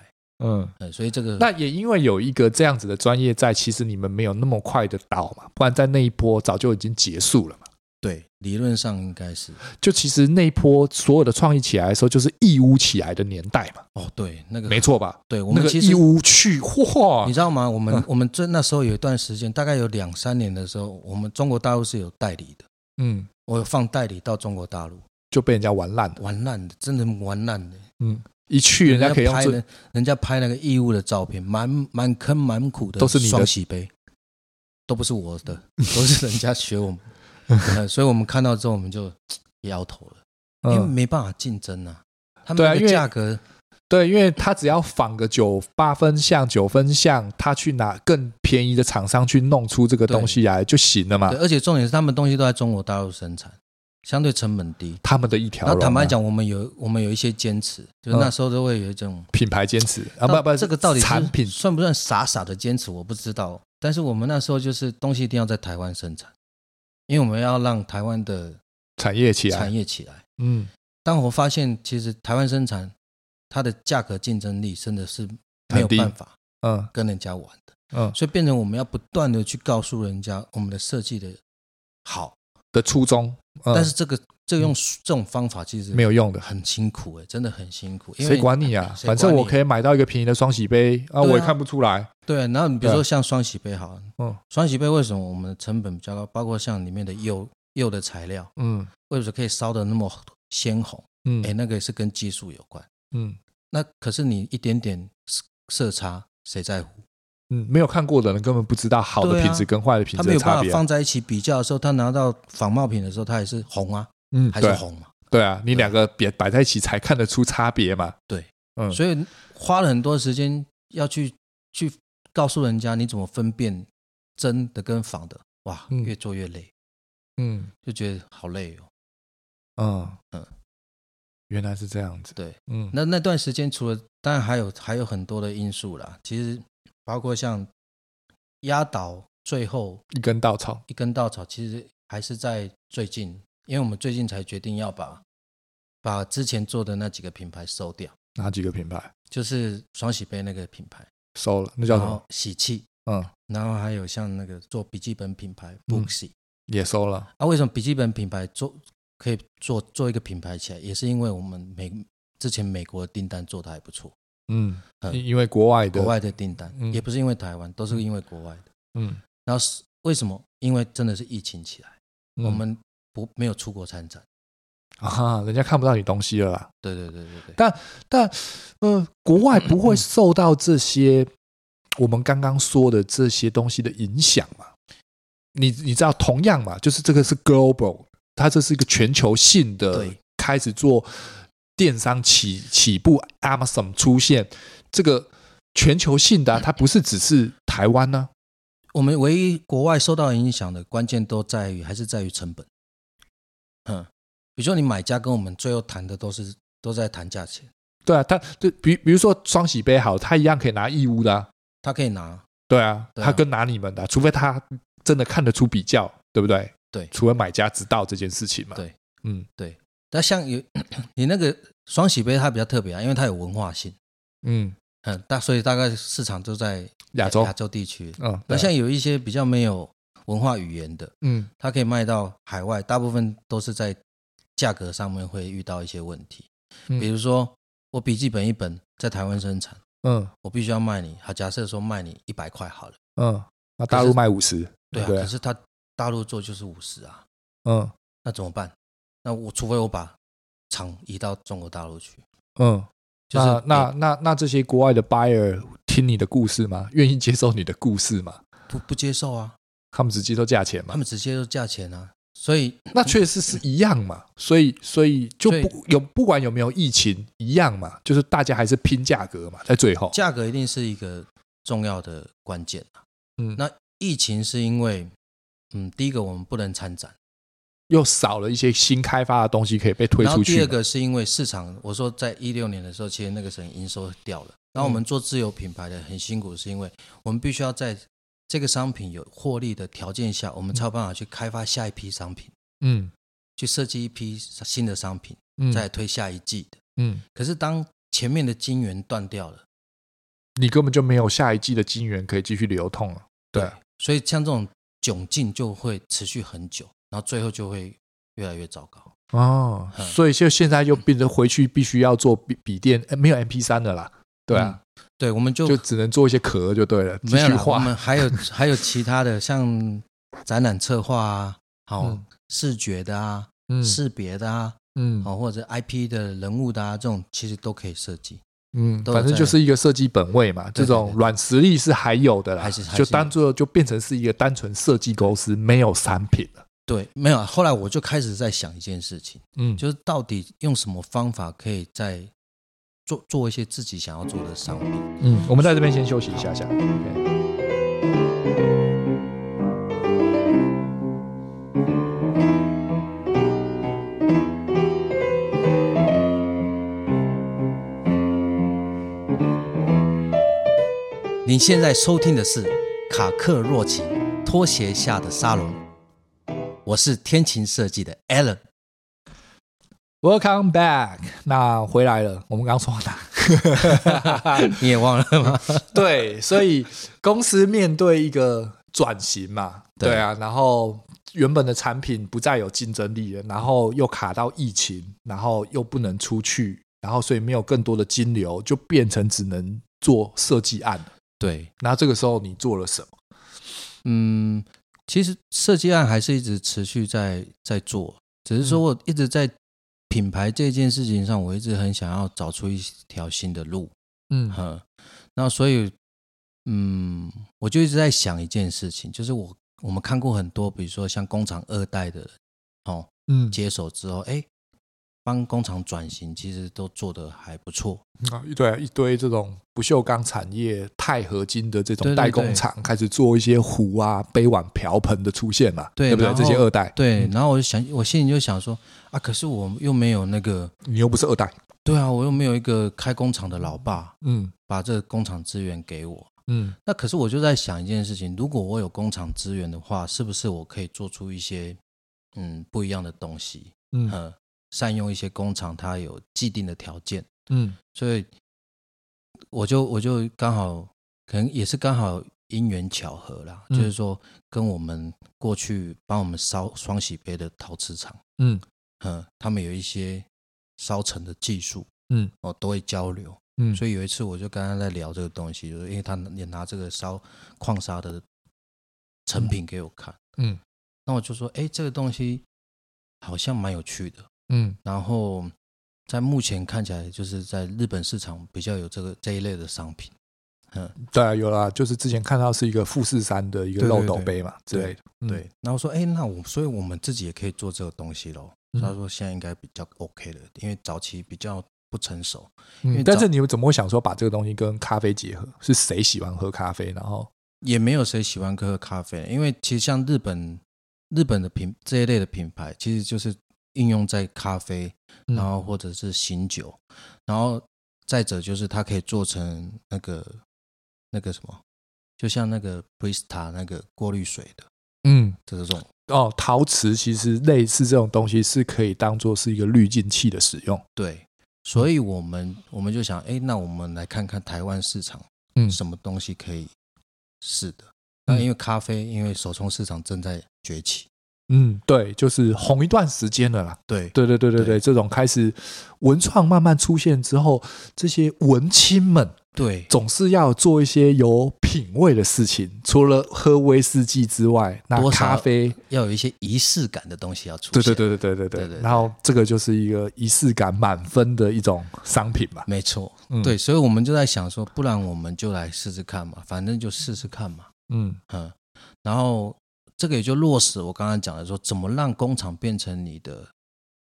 嗯，嗯，所以这个那也因为有一个这样子的专业在，其实你们没有那么快的倒嘛，不然在那一波早就已经结束了嘛。对理论上应该是就其实那一波所有的创意起来的时候，就是义乌起来的年代嘛，哦，对那个没，错吧？对我那们个其实义啊乌去，哇你，知道吗？我们我们这那时候有一段时间，大概有两三年的时候，我们中国大陆是有代理的，嗯，我有放代理到中国大陆，就被人家玩烂了。完烂的，真的完烂的。嗯，一去人家可以用拍最人，人家拍那个义乌的照片，满满坑满谷的都是你的双喜杯，都不是我的， 都是人家学我们、 呃所以我们看到之后我们就摇头了，因为嗯，没办法竞争啊。他对啊们因那个为价格，对，因为他只要仿个九八分像、九分像，他去拿更便宜的厂商去弄出这个东西来就行了嘛对，。而且重点是他们东西都在中国大陆生产，相对成本低。他们的一条然龙、后啊，坦白讲，我们有我们有一些坚持，就是嗯那时候都会有一种品牌坚持啊，不不，这个到底是产品算不算傻傻的坚持，我不知道。但是我们那时候就是东西一定要在台湾生产，因为我们要让台湾的产业起来，产业起来。嗯当我发现其实台湾生产它的价格竞争力真的是没很有低办法嗯跟人家玩的，嗯所以变成我们要不断的去告诉人家我们的设计的好，的初衷，嗯嗯但是这个这个用这种方法其实没有用的，很辛苦哎、真的很辛苦。因为哎谁管你啊？反谁管正我你可以买到一个便宜的双喜杯啊，对啊我也看不出来。对，然后你比如说像双喜杯好了，嗯双喜杯为什么我们的成本比较高？包括像里面的釉釉的材料，嗯为什么可以烧的那么鲜红？嗯哎，那个是跟技术有关。嗯那可是你一点点色色差，谁在乎？嗯，没有看过的人根本不知道好的对啊品质跟坏的品他质没的有办差法别啊。放在一起比较的时候，他拿到仿冒品的时候，他也是红啊，嗯，还是对红嘛。对啊，你两个别摆在一起才看得出差别嘛。对，嗯所以花了很多时间要去去告诉人家你怎么分辨真的跟仿的。哇，嗯越做越累，嗯就觉得好累哦。嗯嗯原来是这样子。对，嗯那那段时间除了，当然还有还有很多的因素啦，其实包括像压倒最后一根稻草。一根稻草，其实还是在最近，因为我们最近才决定要把把之前做的那几个品牌收掉，哪几个品牌就是双喜杯那个品牌，收了？那叫然什么？后喜气，嗯，然后还有像那个做笔记本品牌嗯 Booksy，、也收了。啊，为什么笔记本品牌做可以做做一个品牌起来，也是因为我们美之前美国的订单做的还不错。嗯，嗯因因为国外的国，外的订单，嗯也不是因为台湾，都是因为国外的。嗯，然后是为什么？因为真的是疫情起来，嗯我们不没有出国参展。啊，人家看不到你东西了啦。对对对对对，但呃，国外不嗯会受到这些我们刚刚说的这些东西的影响嘛？你你知道，同样嘛，就是这个是 global，它这是一个全球性的对开始做电商起起步，Amazon 出现这个全球性嗯的啊、它不是只是台湾啊呢、我们唯一国外受到影响的关键都在于还是在于成本。嗯，比如说你买家跟我们最后谈的都是都在谈价钱，对啊，它对比比如说双喜杯好，它一样可以拿义乌的、啊，他可以拿对啊，对啊他跟拿你们的啊，除非他真的看得出比较，对不对？对除非买家知道这件事情嘛。对，嗯对。那像有 你那个双喜杯，它比较特别啊，因为它有文化性。嗯，嗯，大所以大概市场都在亚洲亚，洲地区。嗯，那对像有一些比较没有文化语言的，嗯它可以卖到海外，大部分都是在价格上面会遇到一些问题。嗯比如说，我笔记本一本在台湾生产，嗯我必须要卖你，好，假设说卖你一百块好了，嗯，那大陆卖五十，对啊，对可是它大陆做就是五十啊，嗯那怎么办？那我除非我把厂移到中国大陆去，嗯，就是那那给那那这些国外的 buyer 听你的故事吗？愿意接受你的故事吗？不不接受啊，他们只接受价钱他嘛？们直接就价钱啊，所以那确实是一样嘛，所以所以就所以不有不管有没有疫情一样嘛，就是大家还是拼价格嘛，在最后，价格一定是一个重要的关键啊。嗯，那疫情是因为，嗯，第一个我们不能参展，又少了一些新开发的东西可以被推然后出第去二嘛。个是因为市场，我说在一六年的时候，其实那个时候营收掉了。然后我们做自有品牌的很辛苦，是因为我们必须要在这个商品有获利的条件下，我们才有办法去开发下一批商品，嗯去设计一批新的商品，嗯再推下一季的。嗯，可是当前面的金源断掉了，你根本就没有下一季的金源可以继续流通啊了。对，所以像这种窘境就会持续很久，然后最后就会越来越糟糕。哦，嗯所以就现在又变成回去必须要做笔笔电，呃没有 MP 三的啦。对啊，嗯对，我们就就只能做一些壳就对了，继没有续啦，我画。们还有 还有其他的，像展览策划啊，好、嗯视觉的啊，嗯识别的啊，嗯好、或者 IP 的人物的啊，这种其实都可以设计。嗯，都反正在就是一个设计本位嘛，这对对种对软实力是还有的啦还是，还是就有当做就变成是一个单纯设计公司，没有产品了。对，没有啊。后来我就开始在想一件事情，嗯，就是到底用什么方法可以在做做一些自己想要做的商品。嗯，我们在这边先休息一下下。OK 您现在收听的是卡克洛奇拖鞋下的沙龙，我是天晴设计的 Alan。 Welcome back，那回来了，我们刚说到哪？你也忘了吗？ 对，所以公司面对一个转型嘛，对对啊，然后原本的产品不再有竞争力了，然后又卡到疫情，然后又不能出去，然后所以没有更多的金流，就变成只能做设计案了。对，那这个时候你做了什么？嗯，其实设计案还是一直持续在在做，只是说我一直在品牌这件事情上，我一直很想要找出一条新的路，嗯嗯，那所以，嗯，我就一直在想一件事情，就是我我们看过很多，比如说像工厂二代的人，哦，嗯，接手之后，哎，帮工厂转型，其实都做得还不错，啊一堆一堆这种不锈钢产业、钛合金的这对种对代工厂开始做一些壶啊、杯碗瓢盆的出现嘛，对不对？然后这些二代，对。然后我就想，我心里就想说，啊，可是我又没有那个，你又不是二代，对啊，我又没有一个开工厂的老爸，嗯把这个工厂资源给我。嗯那可是我就在想一件事情，如果我有工厂资源的话，是不是我可以做出一些嗯不一样的东西？嗯呃，善用一些工厂它有既定的条件，嗯所以我就我就刚好可能也是刚好因缘巧合啦，嗯就是说跟我们过去帮我们烧双喜杯的陶瓷厂，嗯嗯，他们有一些烧成的技术，嗯，哦，都会交流。嗯，所以有一次我就跟他在聊这个东西，就是因为他也拿这个烧矿砂的成品给我看，嗯那我就说，哎，这个东西好像蛮有趣的。嗯然后在目前看起来，就是在日本市场比较有这个这一类的商品。对啊，有啦，就是之前看到是一个富士山的一个对对漏斗对杯嘛之类的，嗯，然后说，哎，那我所以我们自己也可以做这个东西咯。嗯他说现在应该比较 OK 了，因为早期比较不成熟。因嗯为但早是你们怎么会想说把这个东西跟咖啡结合？是谁喜欢喝咖啡？然后，也没有谁喜欢喝咖啡，因为其实像日本日本的品这一类的品牌，其实就是应用在咖啡，嗯然后或者是醒酒，然后再者就是它可以做成那个那个什么，就像那个 Brista 那个过滤水的嗯，这种，哦，陶瓷其实类似这种东西是可以当做是一个滤净器的使用，对，所以我们我们就想，哎，那我们来看看台湾市场嗯什么东西可以试的。那因为咖啡，因为手冲市场正在崛起，嗯，对，就是红一段时间了啦。对对对对对对，这种开始文创慢慢出现之后，这些文青们对，总是要做一些有品味的事情，除了喝威士忌之外，那多少咖啡要有一些仪式感的东西要出对现。对，对对对对对对对，对然后这个就是一个仪式感满分的一种商品嘛。没错，嗯对，所以我们就在想说，不然我们就来试试看嘛，反正就试试看嘛，嗯嗯，然后这个也就落实我刚刚讲的说，怎么让工厂变成你的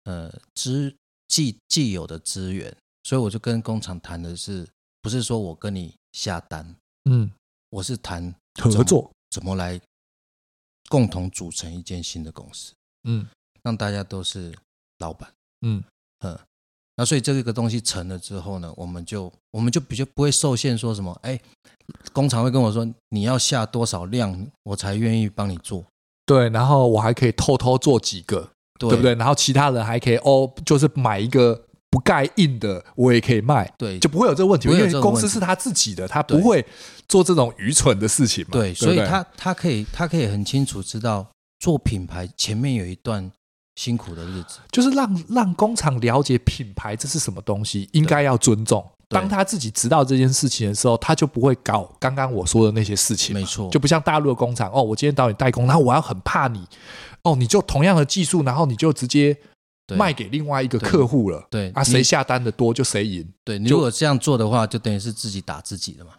呃资既既有的资源，所以我就跟工厂谈的是，不是说我跟你下单，嗯，我是谈合作，怎么来共同组成一间新的公司，嗯让大家都是老板。嗯嗯，那所以这个东西成了之后呢，我们就我们就比较不会受限，说什么哎，工厂会跟我说你要下多少量，我才愿意帮你做，对，然后我还可以偷偷做几个，对对不？对？然后其他人还可以哦，就是买一个不盖印的，我也可以卖。对就不会有这个问题，不因会有为这个公司问题是他自己的，他对不会做这种愚蠢的事情嘛。对，所不以对他他可以他可以很清楚知道做品牌前面有一段辛苦的日子，就是让让工厂了解品牌这是什么东西，应该要尊重。对当他自己知道这件事情的时候，他就不会搞刚刚我说的那些事情嘛。没错就不像大陆的工厂哦，我今天找你代工，然后我要很怕你哦，你就同样的技术，然后你就直接对卖给另外一个客户了。对啊，你谁下单的多就谁赢。对，你如果这样做的话，就等于是自己打自己了嘛，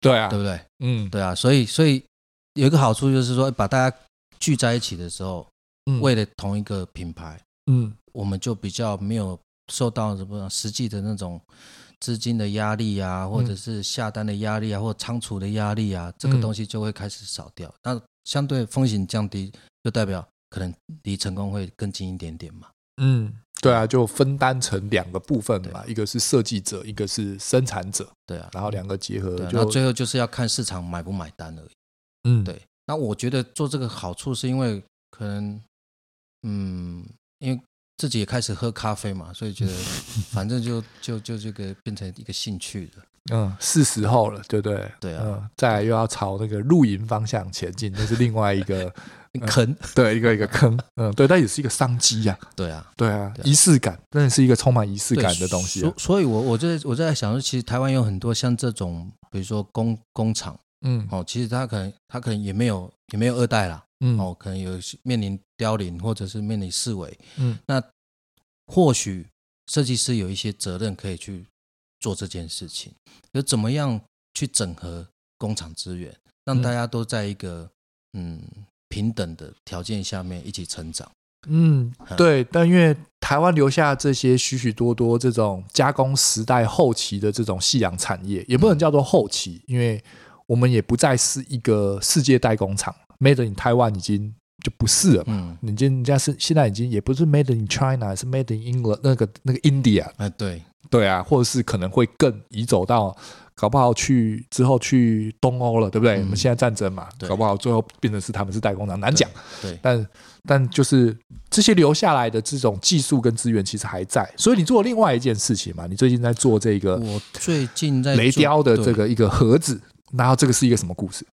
对啊对，不对？嗯，对啊，所以所以有一个好处就是说，把大家聚在一起的时候，嗯为了同一个品牌。嗯我们就比较没有受到什么实际的那种资金的压力啊，或者是下单的压力啊，或仓储的压力啊，这个嗯东西就会开始少掉。那相对风险降低，就代表可能离成功会更近一点点嘛。嗯，对啊，就分担成两个部分嘛，一个是设计者，一个是生产者，对啊，然后两个结合对啊，就那最后就是要看市场买不买单而已。嗯对，那我觉得做这个好处是因为可能，嗯，因为 自己也开始喝咖啡嘛，所以觉得反正就就就这个变成一个兴趣了。嗯，是时候了，对不对？对啊嗯，再来又要朝那个露营方向前进，那是另外一个 嗯坑，对一个一个坑，嗯，对，但也是一个商机呀、对啊，对啊，对啊仪式感，真的是一个充满仪式对感的东西啊、所所以我，我就在我就在想说，其实台湾有很多像这种，比如说工工厂嗯哦，其实他可能他可能也没有也没有二代啦，嗯哦，可能有面临凋零或者是面临视为，嗯那或许设计师有一些责任可以去做这件事情，就怎么样去整合工厂资源，让嗯大家都在一个嗯平等的条件下面一起成长。嗯，对，但因为台湾留下这些许许多多这种加工时代后期的这种夕阳产业，也嗯不能叫做后期，因为我们也不再是一个世界代工厂，Made in Taiwan 已经就不是了嘛。嗯，你今人家是现在已经也不是 Made in China，是 Made in England 那个那个 India，啊，对，哎对啊，或者是可能会更移走到，搞不好去之后去东欧了，对不对？嗯我们现在战争嘛，对搞不好最后变成是他们是代工厂，难讲。对但但就是这些留下来的这种技术跟资源其实还在，所以你做另外一件事情嘛，你最近在做这个我最近 在雷做雕的对这个一个盒子，然后这个是一个什么故事？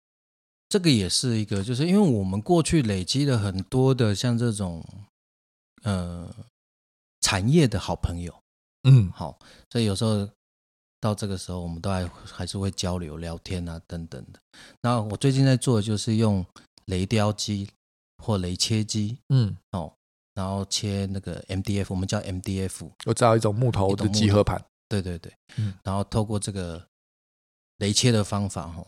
这个也是一个，就是因为我们过去累积了很多的像这种呃产业的好朋友，嗯好，所以有时候到这个时候，我们都还还是会交流、聊天啊等等的。那我最近在做的就是用雷雕机或雷切机，嗯，然后切那个 MDF，我们叫 MDF，我知道一种木头的集合盘，对对对，嗯然后透过这个雷切的方法哈、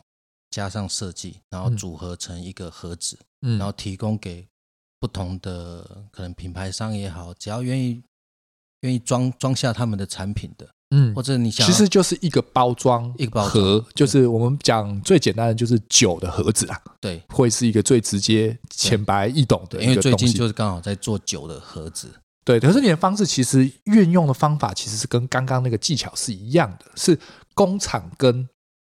加上设计，然后嗯组合成一个盒子。嗯然后提供给不同的可能品牌商也好，只要愿意愿意装装下他们的产品的，嗯或者你想其要实就是一个包装一个包装盒，就是我们讲最简单的就是酒的盒子啦，啊对，会是一个最直接、浅白易懂的因一为个最东近西就。是刚好在做酒的盒子，对，可是你的方式其实运用的方法其实是跟刚刚那个技巧是一样的，是工厂跟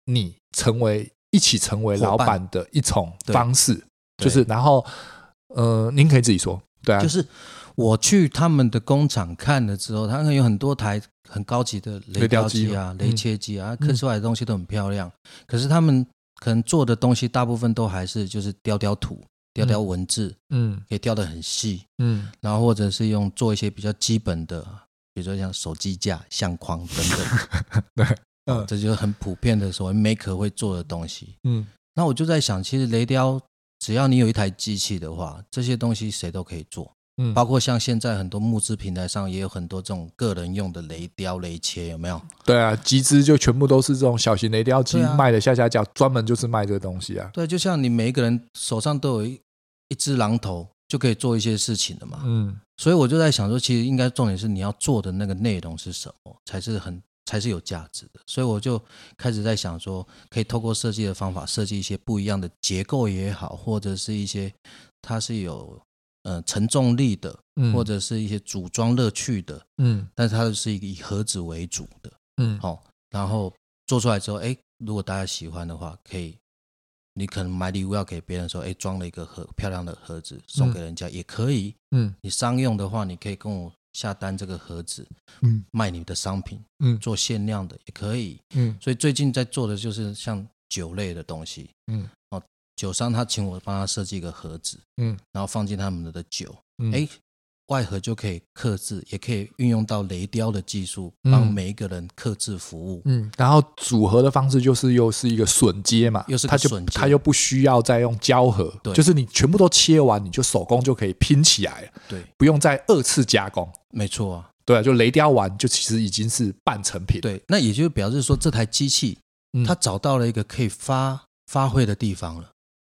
你成为一起成为老伙板的一种对方式，对就是然后呃，您可以自己说，对啊，就是我去他们的工厂看了之后，他们有很多台很高级的雷雕雷雕机机啊、嘛哦雷切机啊，嗯刻出来的东西都很漂亮，可是他们可能做的东西大部分都还是就是雕雕图、雕雕文字，嗯可以雕得很细，嗯然后或者是用做一些比较基本的，比如说像手机架、相框等等， 哦嗯这就是很普遍的所谓 maker 会做的东西。嗯那我就在想，其实雷雕只要你有一台机器的话，这些东西谁都可以做，嗯，包括像现在很多募资平台上也有很多这种个人用的雷雕、雷切，有没有？对啊，集资就全部都是这种小型雷雕机对啊卖的下下脚，专门就是卖这个东西啊。对，就像你每一个人手上都有一一只榔头，就可以做一些事情了嘛。嗯所以我就在想说，其实应该重点是你要做的那个内容是什么，才是很才是有价值的。所以我就开始在想说，可以透过设计的方法设计一些不一样的结构也好，或者是一些它是有呃承重力的，嗯，或者是一些组装乐趣的，嗯但是它是一个以盒子为主的，嗯好、然后做出来之后，哎，如果大家喜欢的话，可以。你可能买礼物要给别人说，哎，装了一个盒漂亮的盒子送给人家、也可以，嗯你商用的话，你可以跟我下单这个盒子，嗯卖你的商品，嗯做限量的也可以。嗯所以最近在做的就是像酒类的东西，哦嗯酒商他请我帮他设计一个盒子，嗯然后放进他们的酒，嗯，哎、外盒就可以刻制，也可以运用到雷雕的技术，嗯帮每一个人刻制服务。嗯，然后组合的方式就是又是一个榫接嘛，又是个它就榫接它又不需要再用胶合，对就是你全部都切完，你就手工就可以拼起来了，对，不用再二次加工。没错啊，对啊，就雷雕完就其实已经是半成品。，对，那也就表示说这台机器嗯它找到了一个可以发发挥的地方了。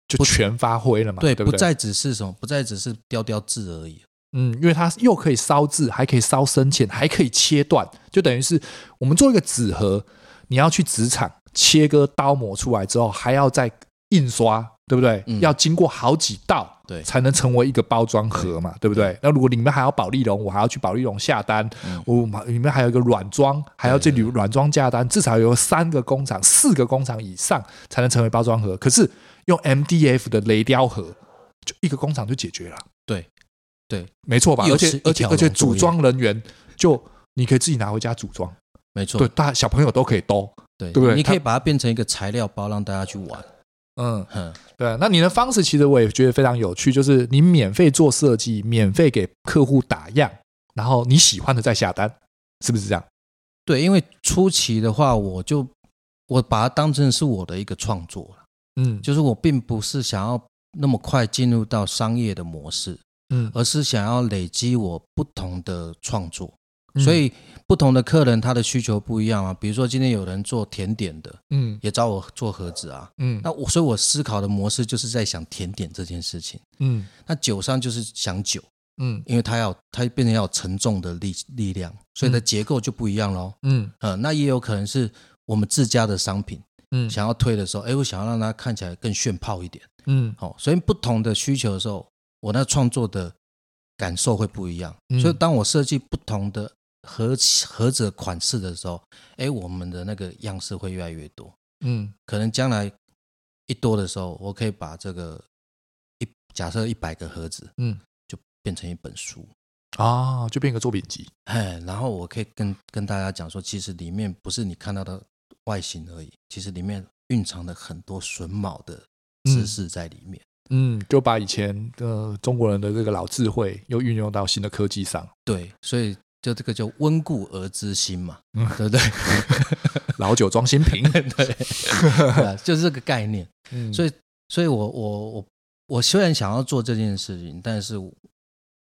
就全发挥了嘛，对，啊对不不对？再只是什么，不再只是雕雕字而已。嗯，因为它又可以烧制，还可以烧深浅，还可以切断，就等于是我们做一个纸盒，你要去纸厂切割刀模出来之后，还要再印刷，对不对？嗯要经过好几道，对才能成为一个包装盒嘛，对不对？那如果里面还要保利龙，我还要去保利龙下单，嗯我里面还有一个软装，还要这里对对软装下单，至少有三个工厂、四个工厂以上才能成为包装盒。可是用 MDF 的雷雕盒，就一个工厂就解决了。对，对，没错吧？又而且是而一且条而龙且作组业装人员就你可以自己拿回家组装，没错对，，大小朋友都可以兜，对对不对你可以它把它变成一个材料包，让大家去玩。嗯，哼，对，那你的方式其实我也觉得非常有趣，就是你免费做设计，免费给客户打样，然后你喜欢的再下单，是不是这样？对，因为初期的话，我就我把它当成是我的一个创作了，嗯，就是我并不是想要那么快进入到商业的模式，嗯，而是想要累积我不同的创作。嗯所以不同的客人他的需求不一样啊，比如说今天有人做甜点的，嗯，也找我做盒子啊。嗯那我所以，我思考的模式就是在想甜点这件事情。嗯那酒商就是想酒，嗯因为它要它变成要有沉重的力力量，所以它的结构就不一样喽。嗯呃，那也有可能是我们自家的商品嗯想要推的时候，哎，我想要让它看起来更炫炮一点。嗯哦，所以不同的需求的时候，我那创作的感受会不一样。嗯所以当我设计不同的盒子盒子的款式的时候，哎，我们的那个样式会越来越多。嗯可能将来一多的时候，我可以把这个一假设一百个盒子嗯，变成一本书，啊，就变一个作品集。哎，然后我可以跟跟大家讲说，其实里面不是你看到的外形而已，其实里面蕴藏了很多榫卯的知识在里面。嗯，就把以前呃中国人的这个老智慧又运用到新的科技上，对，所以就这个叫温故而知新嘛，嗯 对不对？老酒装新瓶。对啊就是这个概念。嗯 所以，所以我我我我虽然想要做这件事情，但是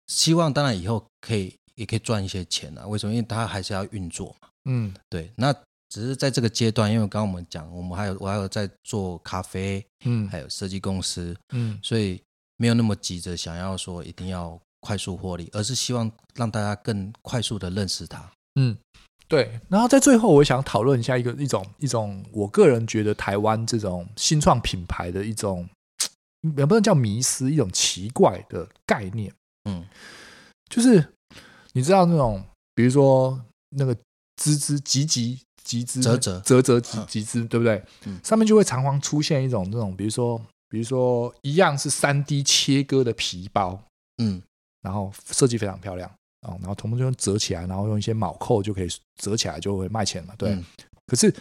希望当然以后可以也可以赚一些钱啊。为什么？因为它还是要运作嘛。嗯对，那只是在这个阶段，因为刚刚我们讲，我们还有我还有在做咖啡，嗯还有设计公司，嗯所以没有那么急着想要说一定要快速获利，而是希望让大家更快速的认识它。嗯，对。然后在最后，我想讨论一下一个一种一种，我个人觉得台湾这种新创品牌的一种，也不能叫迷失，一种奇怪的概念，嗯，就是你知道那种，比如说那个孜孜集集集资啧啧啧啧集嗯集资，对不对？嗯上面就会常常出现一种那种，比如说比如说一样是三 D 切割的皮包，嗯然后设计非常漂亮啊、哦然后全部就折起来，然后用一些铆扣就可以折起来，就会卖钱嘛。对，嗯可是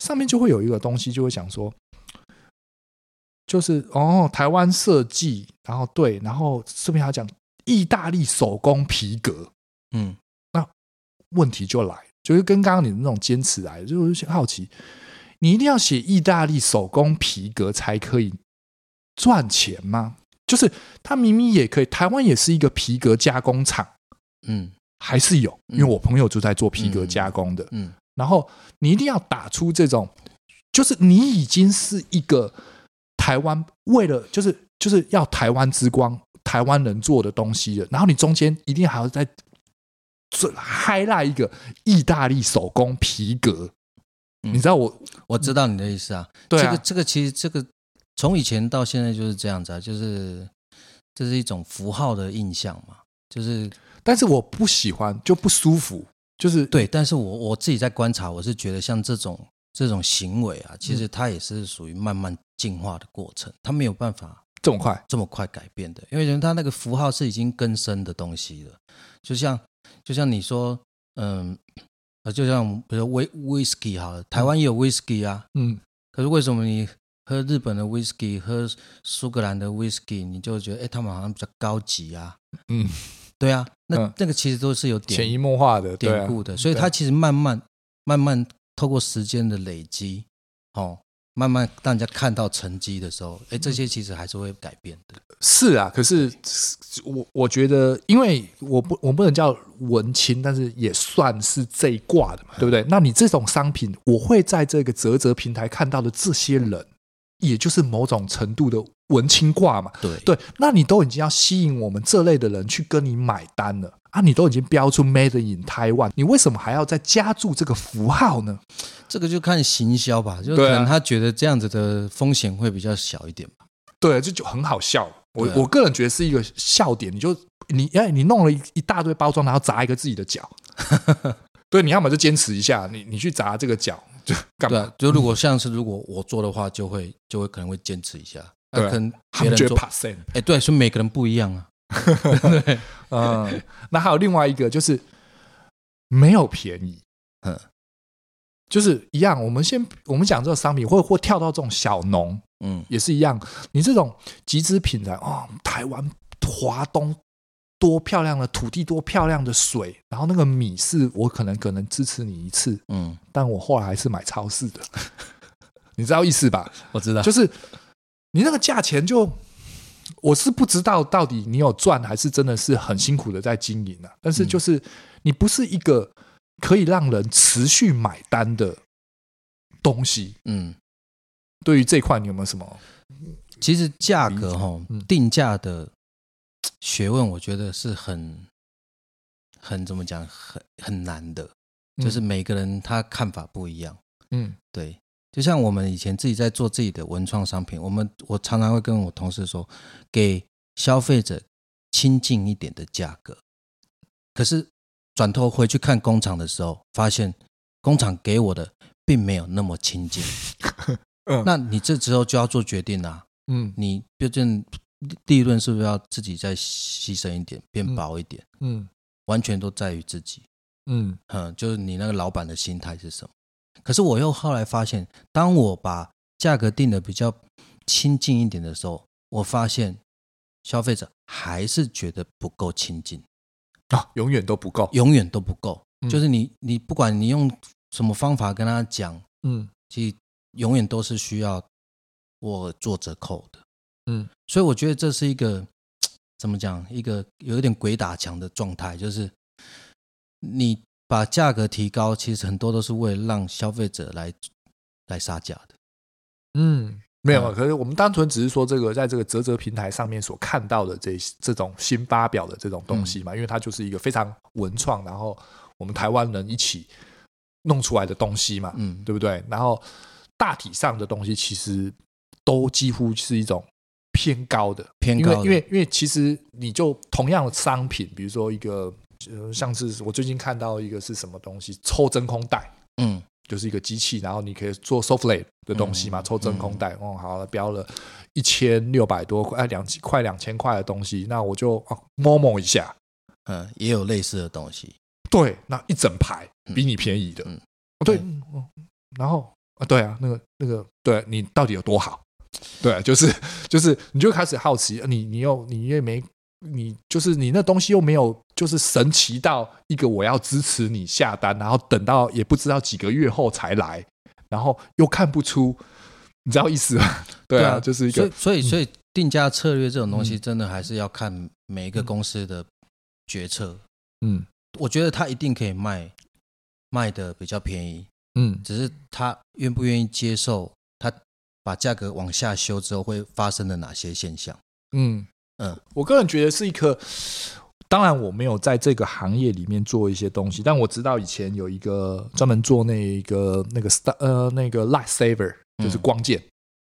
上面就会有一个东西，就会想说，就是哦，台湾设计，然后对，然后顺便还讲意大利手工皮革，嗯问题就来，就是跟刚刚你的那种坚持来，就是好奇，你一定要写意大利手工皮革才可以赚钱吗？就是它明明也可以，台湾也是一个皮革加工厂。嗯还是有，因为我朋友就在做皮革加工的。嗯然后你一定要打出这种，就是你已经是一个台湾为了就是就是要台湾之光，台湾人做的东西了。然后你中间一定还要再最 highlight 一个意大利手工皮革，嗯你知道我我知道你的意思啊。对这啊个这个其实这个从以前到现在就是这样子啊，就是这是一种符号的印象嘛，就是但是我不喜欢就不舒服，就是对。但是我我自己在观察，我是觉得像这种这种行为啊，其嗯实它也是属于慢慢进化的过程，它没有办法这么快，这么快改变的，因为人他那个符号是已经根深的东西了，就像就像你说，嗯，呃，就像比如威 whisky 好了，台湾也有 whisky 啊，嗯可是为什么你喝日本的 whisky，喝苏格兰的 whisky，你就觉得哎、诶他们好像比较高级啊？嗯，对啊，那、嗯那个其实都是有潜典移默化的，对典啊，故的，所以对它其实慢慢慢慢透过时间的累积，哦，慢慢让人家看到成绩的时候，哎、这些其实还是会改变的。是啊，可是我我觉得，因为我不我不能叫文青，但是也算是这一挂的嘛，对不对？那你这种商品，我会在这个泽泽平台看到的这些人，也就是某种程度的文青挂嘛。对对，那你都已经要吸引我们这类的人去跟你买单了啊！你都已经标出 Made in Taiwan，你为什么还要再加注这个符号呢？这个就看行销吧，就是对可啊能他觉得这样子的风险会比较小一点吧。对，这就很好笑。我、对啊我个人觉得是一个笑点，你就你哎，你弄了一一大堆包装，然后砸一个自己的 脚。对，你要么就坚持一下，你你去砸这个脚，就干对嘛？啊，就如果像是如果我做的话，就会就会可能会坚持一下，那、对啊可能他们别人觉得做，怕 s 哎，对，所以每个人不一样啊。嗯，那还有另外一个就是没有便宜，嗯，就是一样，我们先我们讲这个商品，或或跳到这种小农嗯也是一样，你这种集资品牌哦，台湾华东多漂亮的土地，多漂亮的水，然后那个米是我可能可能支持你一次，嗯，但我后来还是买超市的， 你知道意思吧？我知道，就是你那个价钱就，我是不知道到底你有赚还是真的是很辛苦的在经营啊。但是就是你不是一个可以让人持续买单的东西。嗯，对于这一块，你有没有什么？其实价格哈嗯，定价的学问，我觉得是很很怎么讲，很很难的，就是每个人他看法不一样。嗯对，就像我们以前自己在做自己的文创商品，我们我常常会跟我同事说，给消费者亲近一点的价格。可是转头回去看工厂的时候，发现工厂给我的并没有那么亲近。嗯那你这时候就要做决定啦、嗯你毕竟利润是不是要自己再牺牲一点，变薄一点，嗯完全都在于自己。嗯嗯，就是你那个老板的心态是什么？可是我又后来发现，当我把价格定的比较亲近一点的时候，我发现消费者还是觉得不够亲近，啊，永远都不够。永远都不够。嗯就是你，你不管你用什么方法跟他讲，嗯其实永远都是需要我做折扣的。嗯所以我觉得这是一个怎么讲，一个有一点鬼打墙的状态，就是你把价格提高，其实很多都是为了让消费者来来杀价的。嗯。没有，嗯可是我们单纯只是说这个，在这个泽泽平台上面所看到的这这种新发表的这种东西嘛，嗯因为它就是一个非常文创，然后我们台湾人一起弄出来的东西嘛，嗯，对不对？然后大体上的东西其实都几乎是一种偏高的，偏因高为的因为因为其实你就同样的商品，比如说一个呃，像是我最近看到一个是什么东西，抽真空袋。嗯就是一个机器，然后你可以做 softly 的东西嘛，嗯抽真空袋，哦、好了，标了一千六百多块，哎两快两千块的东西，那我就哦摸摸一下，嗯，也有类似的东西。对，那一整排嗯比你便宜的，嗯哦对，对嗯哦然后啊，对啊，那个那个，对你到底有多 好？对，就是就是，你就开始好奇，呃你你又你也没你就是你那东西又没有，就是神奇到一个我要支持你下单，然后等到也不知道几个月后才来，然后又看不出，你知道意思吗？对啊，就是一所个以所以所以定价策略这种东西，嗯真的还是要看每一个公司的决策。嗯我觉得他一定可以卖卖的比较便宜，嗯只是他愿不愿意接受，他把价格往下修之后会发生的哪些现象？嗯嗯，我个人觉得是一颗。当然，我没有在这个行业里面做一些东西，但我知道以前有一个专门做那个那个 star 呃那个 light saver，嗯就是光剑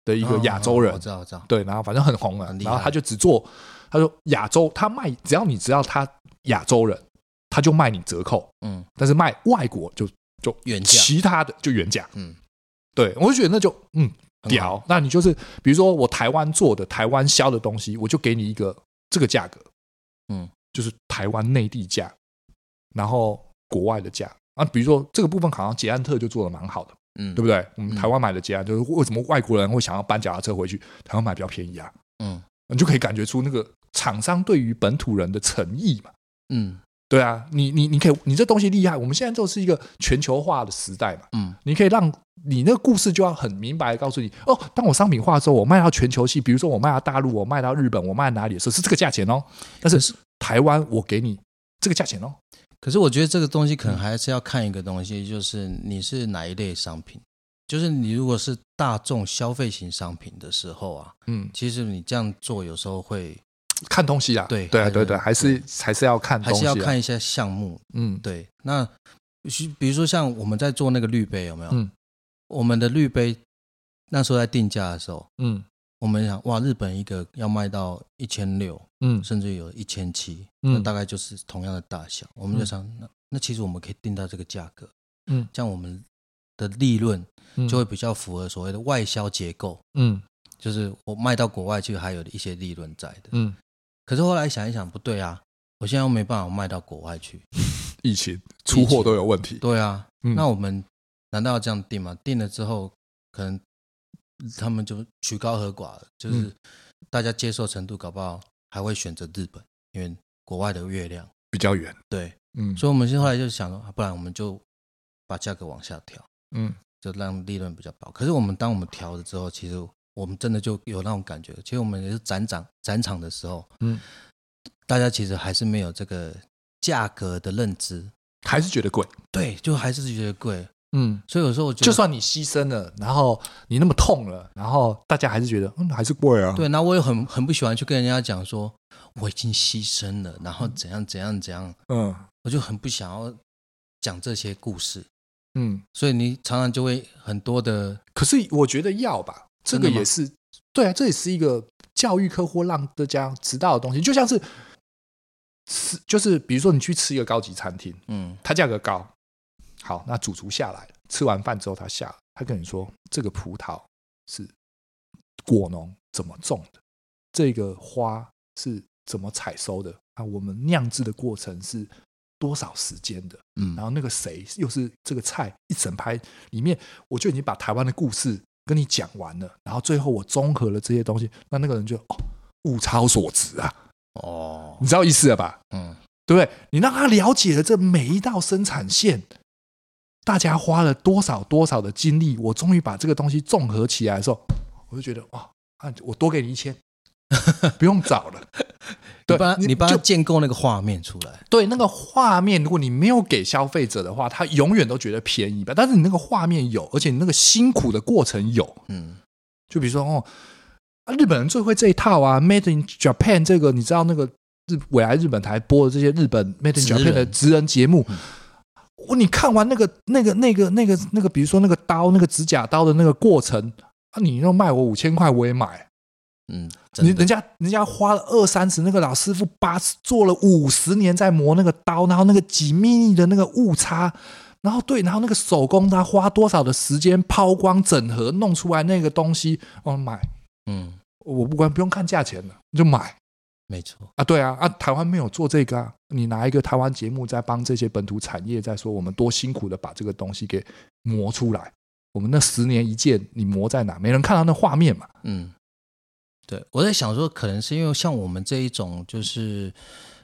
的一个亚洲人，哦我知道，我知道，对，然后反正很红了很，厉害然后他就只做，他说亚洲，他卖只要你知道他亚洲人，他就卖你折扣，嗯但是卖外国就就原价其他的就原价，嗯，对我就觉得那就嗯很好，屌，那你就是比如说我台湾做的台湾销的东西，我就给你一个这个价格，嗯，就是台湾内地价，然后国外的价啊，比如说这个部分好像捷安特就做的蛮好的，嗯，对不对？对？我们嗯台湾买的捷安，就是为什么外国人会想要搬脚踏车回去，台湾买比较便宜啊，嗯你就可以感觉出那个厂商对于本土人的诚意嘛。嗯对啊，你你你可以，你这东西厉害。我们现在就是一个全球化的时代嘛，嗯你可以让你那个故事就要很明白的告诉你哦。当我商品化的时候，我卖到全球系，比如说我卖到大陆，我卖到日本，我卖到哪里的时候是这个价钱哦。但是台湾我给你这个价钱哦。可是我觉得这个东西可能嗯还是要看一个东西，就是你是哪一类商品。就是你如果是大众消费型商品的时候啊，嗯，其实你这样做有时候会看东西啊，对对啊，还是对对，还是对还是要看还东西、是啊，要看一下项目。嗯，对，那比如说像我们在做那个滤杯有没有？嗯我们的滤杯那时候在定价的时候，嗯我们想哇，日本一个要卖到一千六，嗯甚至有一千七，嗯那大概就是同样的大小。我们就想，那那其实我们可以定到这个价格，嗯，这样我们的利润嗯，就会比较符合所谓的外销结构，嗯就是我卖到国外去还有一些利润在的。嗯，可是后来想一想，不对啊，我现在又没办法卖到国外去。疫情出货都有问题，对啊，嗯那我们难道要这样定吗？定了之后，可能他们就曲高和寡了，就是嗯大家接受程度搞不好还会选择日本，因为国外的月亮。比较远，对，嗯，所以我们就后来就想说，啊不然我们就把价格往下调，嗯就让利润比较薄。可是我们当我们调了之后，其实我们真的就有那种感觉。其实我们也是展场展场的时候，嗯，大家其实还是没有这个价格的认知，还是觉得贵，对，就还是觉得贵。嗯，所以有时候我觉得，就算你牺牲了，然后你那么痛了，然后大家还是觉得，嗯，还是贵啊，对，那我也很很不喜欢去跟人家讲说我已经牺牲了，然后怎样怎样怎样，嗯我就很不想要讲这些故事。嗯，所以你常常就会很多的可是我觉得要吧，这真个的吗也是对啊，这也是一个教育客户让大家知道的东西，就像是吃，就是比如说你去吃一个高级餐厅，嗯它价格高，好，那主厨下来了，吃完饭之后他下来，他跟你说这个葡萄是果农怎么种的，这个花是怎么采收的啊，我们酿制的过程是多少时间的。嗯然后那个谁又是这个菜一整拍里面，我就已经把台湾的故事跟你讲完了，然后最后我综合了这些东西，那那个人就哦物超所值啊，哦你知道意思了吧？嗯对不对？你让他了解了这每一道生产线，大家花了多少多少的精力，我终于把这个东西综合起来的时候，我就觉得哇啊，我多给你一千， 不用找 了。对你帮他你帮他就建构那个画面出来，对那个画面，如果你没有给消费者的话，他永远都觉得便宜吧。但是你那个画面有，而且你那个辛苦的过程有。嗯就比如说哦，啊日本人最会这一套啊，Made in Japan 这个，你知道那个日未来日本台播的这些日本 Made in 职人嗯 Japan 的职人节目。我你看完那个、那个、那个、那个、那个，比如说那个刀、那个指甲刀的那个过程啊，你要卖我五千块，我也买。嗯，你真的人家人家花了二三十，那个老师傅八十做了五十年在磨那个刀，然后那个几米的那个误差，然后对，然后那个手工他花多少的时间抛光整合弄出来那个东西，哦买，嗯我不管不用看价钱了，你就买没错，啊，对啊啊，台湾没有做这个啊，你拿一个台湾节目在帮这些本土产业在说我们多辛苦的把这个东西给磨出来，我们那十年一见，你磨在哪？没人看到那画面嘛，嗯，对我在想说，可能是因为像我们这一种就是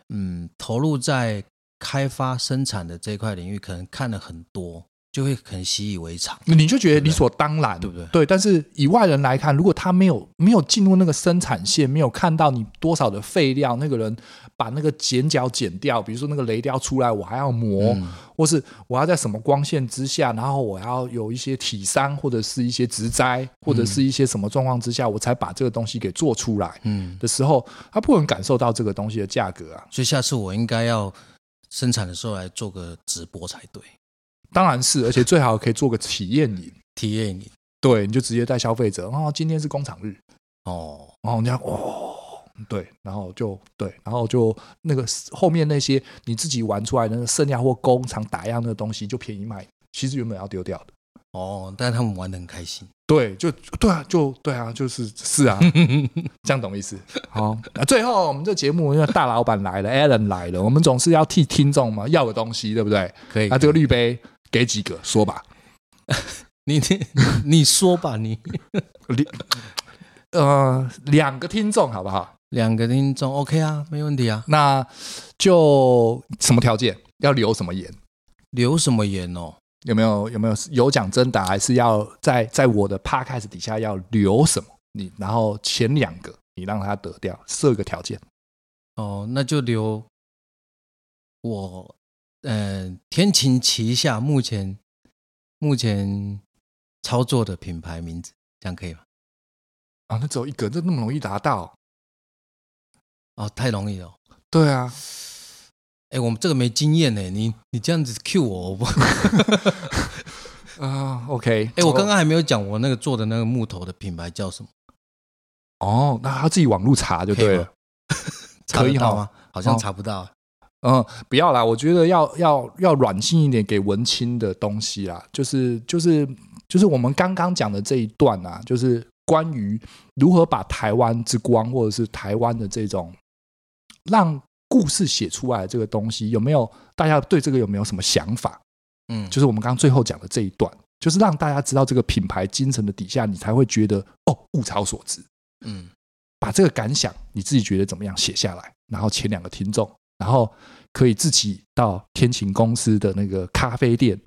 嗯投入在开发生产的这一块领域，可能看了很多，就会很习以为常，你就觉得理所当然，对不对？对，但是以外人来看，如果他没有没有进入那个生产线，没有看到你多少的废料，那个人把那个剪角剪掉，比如说那个雷雕出来，我还要磨，嗯或是我要在什么光线之下，然后我要有一些体伤或者是一些植栽，或者是一些什么状况之下，我才把这个东西给做出来嗯，的时候，他不能感受到这个东西的价格啊。所以下次我应该要生产的时候来做个直播才对，当然是，而且最好可以做个体验营，体验你对，你就直接带消费者哦，今天是工厂日。哦，然后人家哦，对，然后就对，然后就那个后面那些你自己玩出来的那个剩下或工厂打样的东西就便宜卖，其实原本要丢掉的。哦，但他们玩的很开心。对，就对啊，就对啊，就是是啊，这样懂意思？好，那最后我们这节目因为大老板来了，Alan 来了，我们总是要替听众嘛要个东西，对不对？可以那这个绿杯给几个？说吧，你 你你说吧，你两呃两个听众好不好？两个听众 OK 啊，没问题啊。那就什么条件？要留什么言？留什么言哦？有没有有没有有奖征答，还是要在在我的 podcast 底下要留什么？你然后前两个你让他得掉，设个条件。哦，那就留我，呃，天晴旗下目前目前操作的品牌名字，这样可以吗？啊，那只有一个，这那么容易达到？哦，太容易了哦。对啊，哎，我们这个没经验呢，你你这样子 Q 我，我不，啊、o k 哎，我刚刚还没有讲我那个做的那个木头的品牌叫什么，哦，那他自己网路查就对可以了吗。查可以得到哦吗？好像哦查不到。啊嗯，不要啦，我觉得要要要软性一点给文青的东西啦，就是就是就是我们刚刚讲的这一段啊，就是关于如何把台湾之光或者是台湾的这种让故事写出来的这个东西，有没有大家对这个有没有什么想法？嗯，就是我们刚刚最后讲的这一段，就是让大家知道这个品牌精神的底下，你才会觉得哦，物超所值。嗯，把这个感想你自己觉得怎么样写下来，然后前两个听众，然后可以自己到天晴公司的那个咖啡店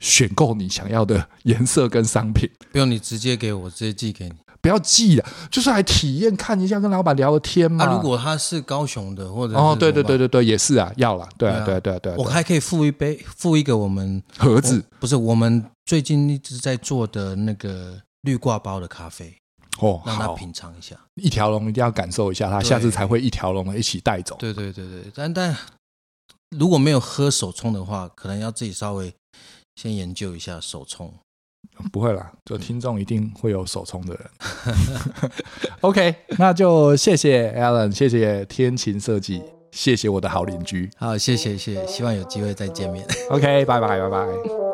选购你想要的颜色跟商品，不用你直接给我，直接寄给你。不要记了，就是来体验看一下，跟老板聊个天嘛。哦啊，如果他是高雄的，或者是嗯哦，对对什么对对对，也是啊，要啦，对啊，对对啊，对啊啊，对啊，我还可以付一杯，付一个我们盒子我不是我们最近一直在做的那个绿挂包的咖啡，哦，让他好，品尝一下。一条龙一定要感受一下，他对下次才会一条龙的一起带走。对对对对，但但如果没有喝手冲的话，可能要自己稍微先研究一下手冲。不会啦，就听众一定会有手冲的人。OK，那 就谢谢 Alan，谢谢天晴设计，谢谢我的好邻居。好，谢谢谢谢，希望有机会再见面。 OK，拜拜拜拜。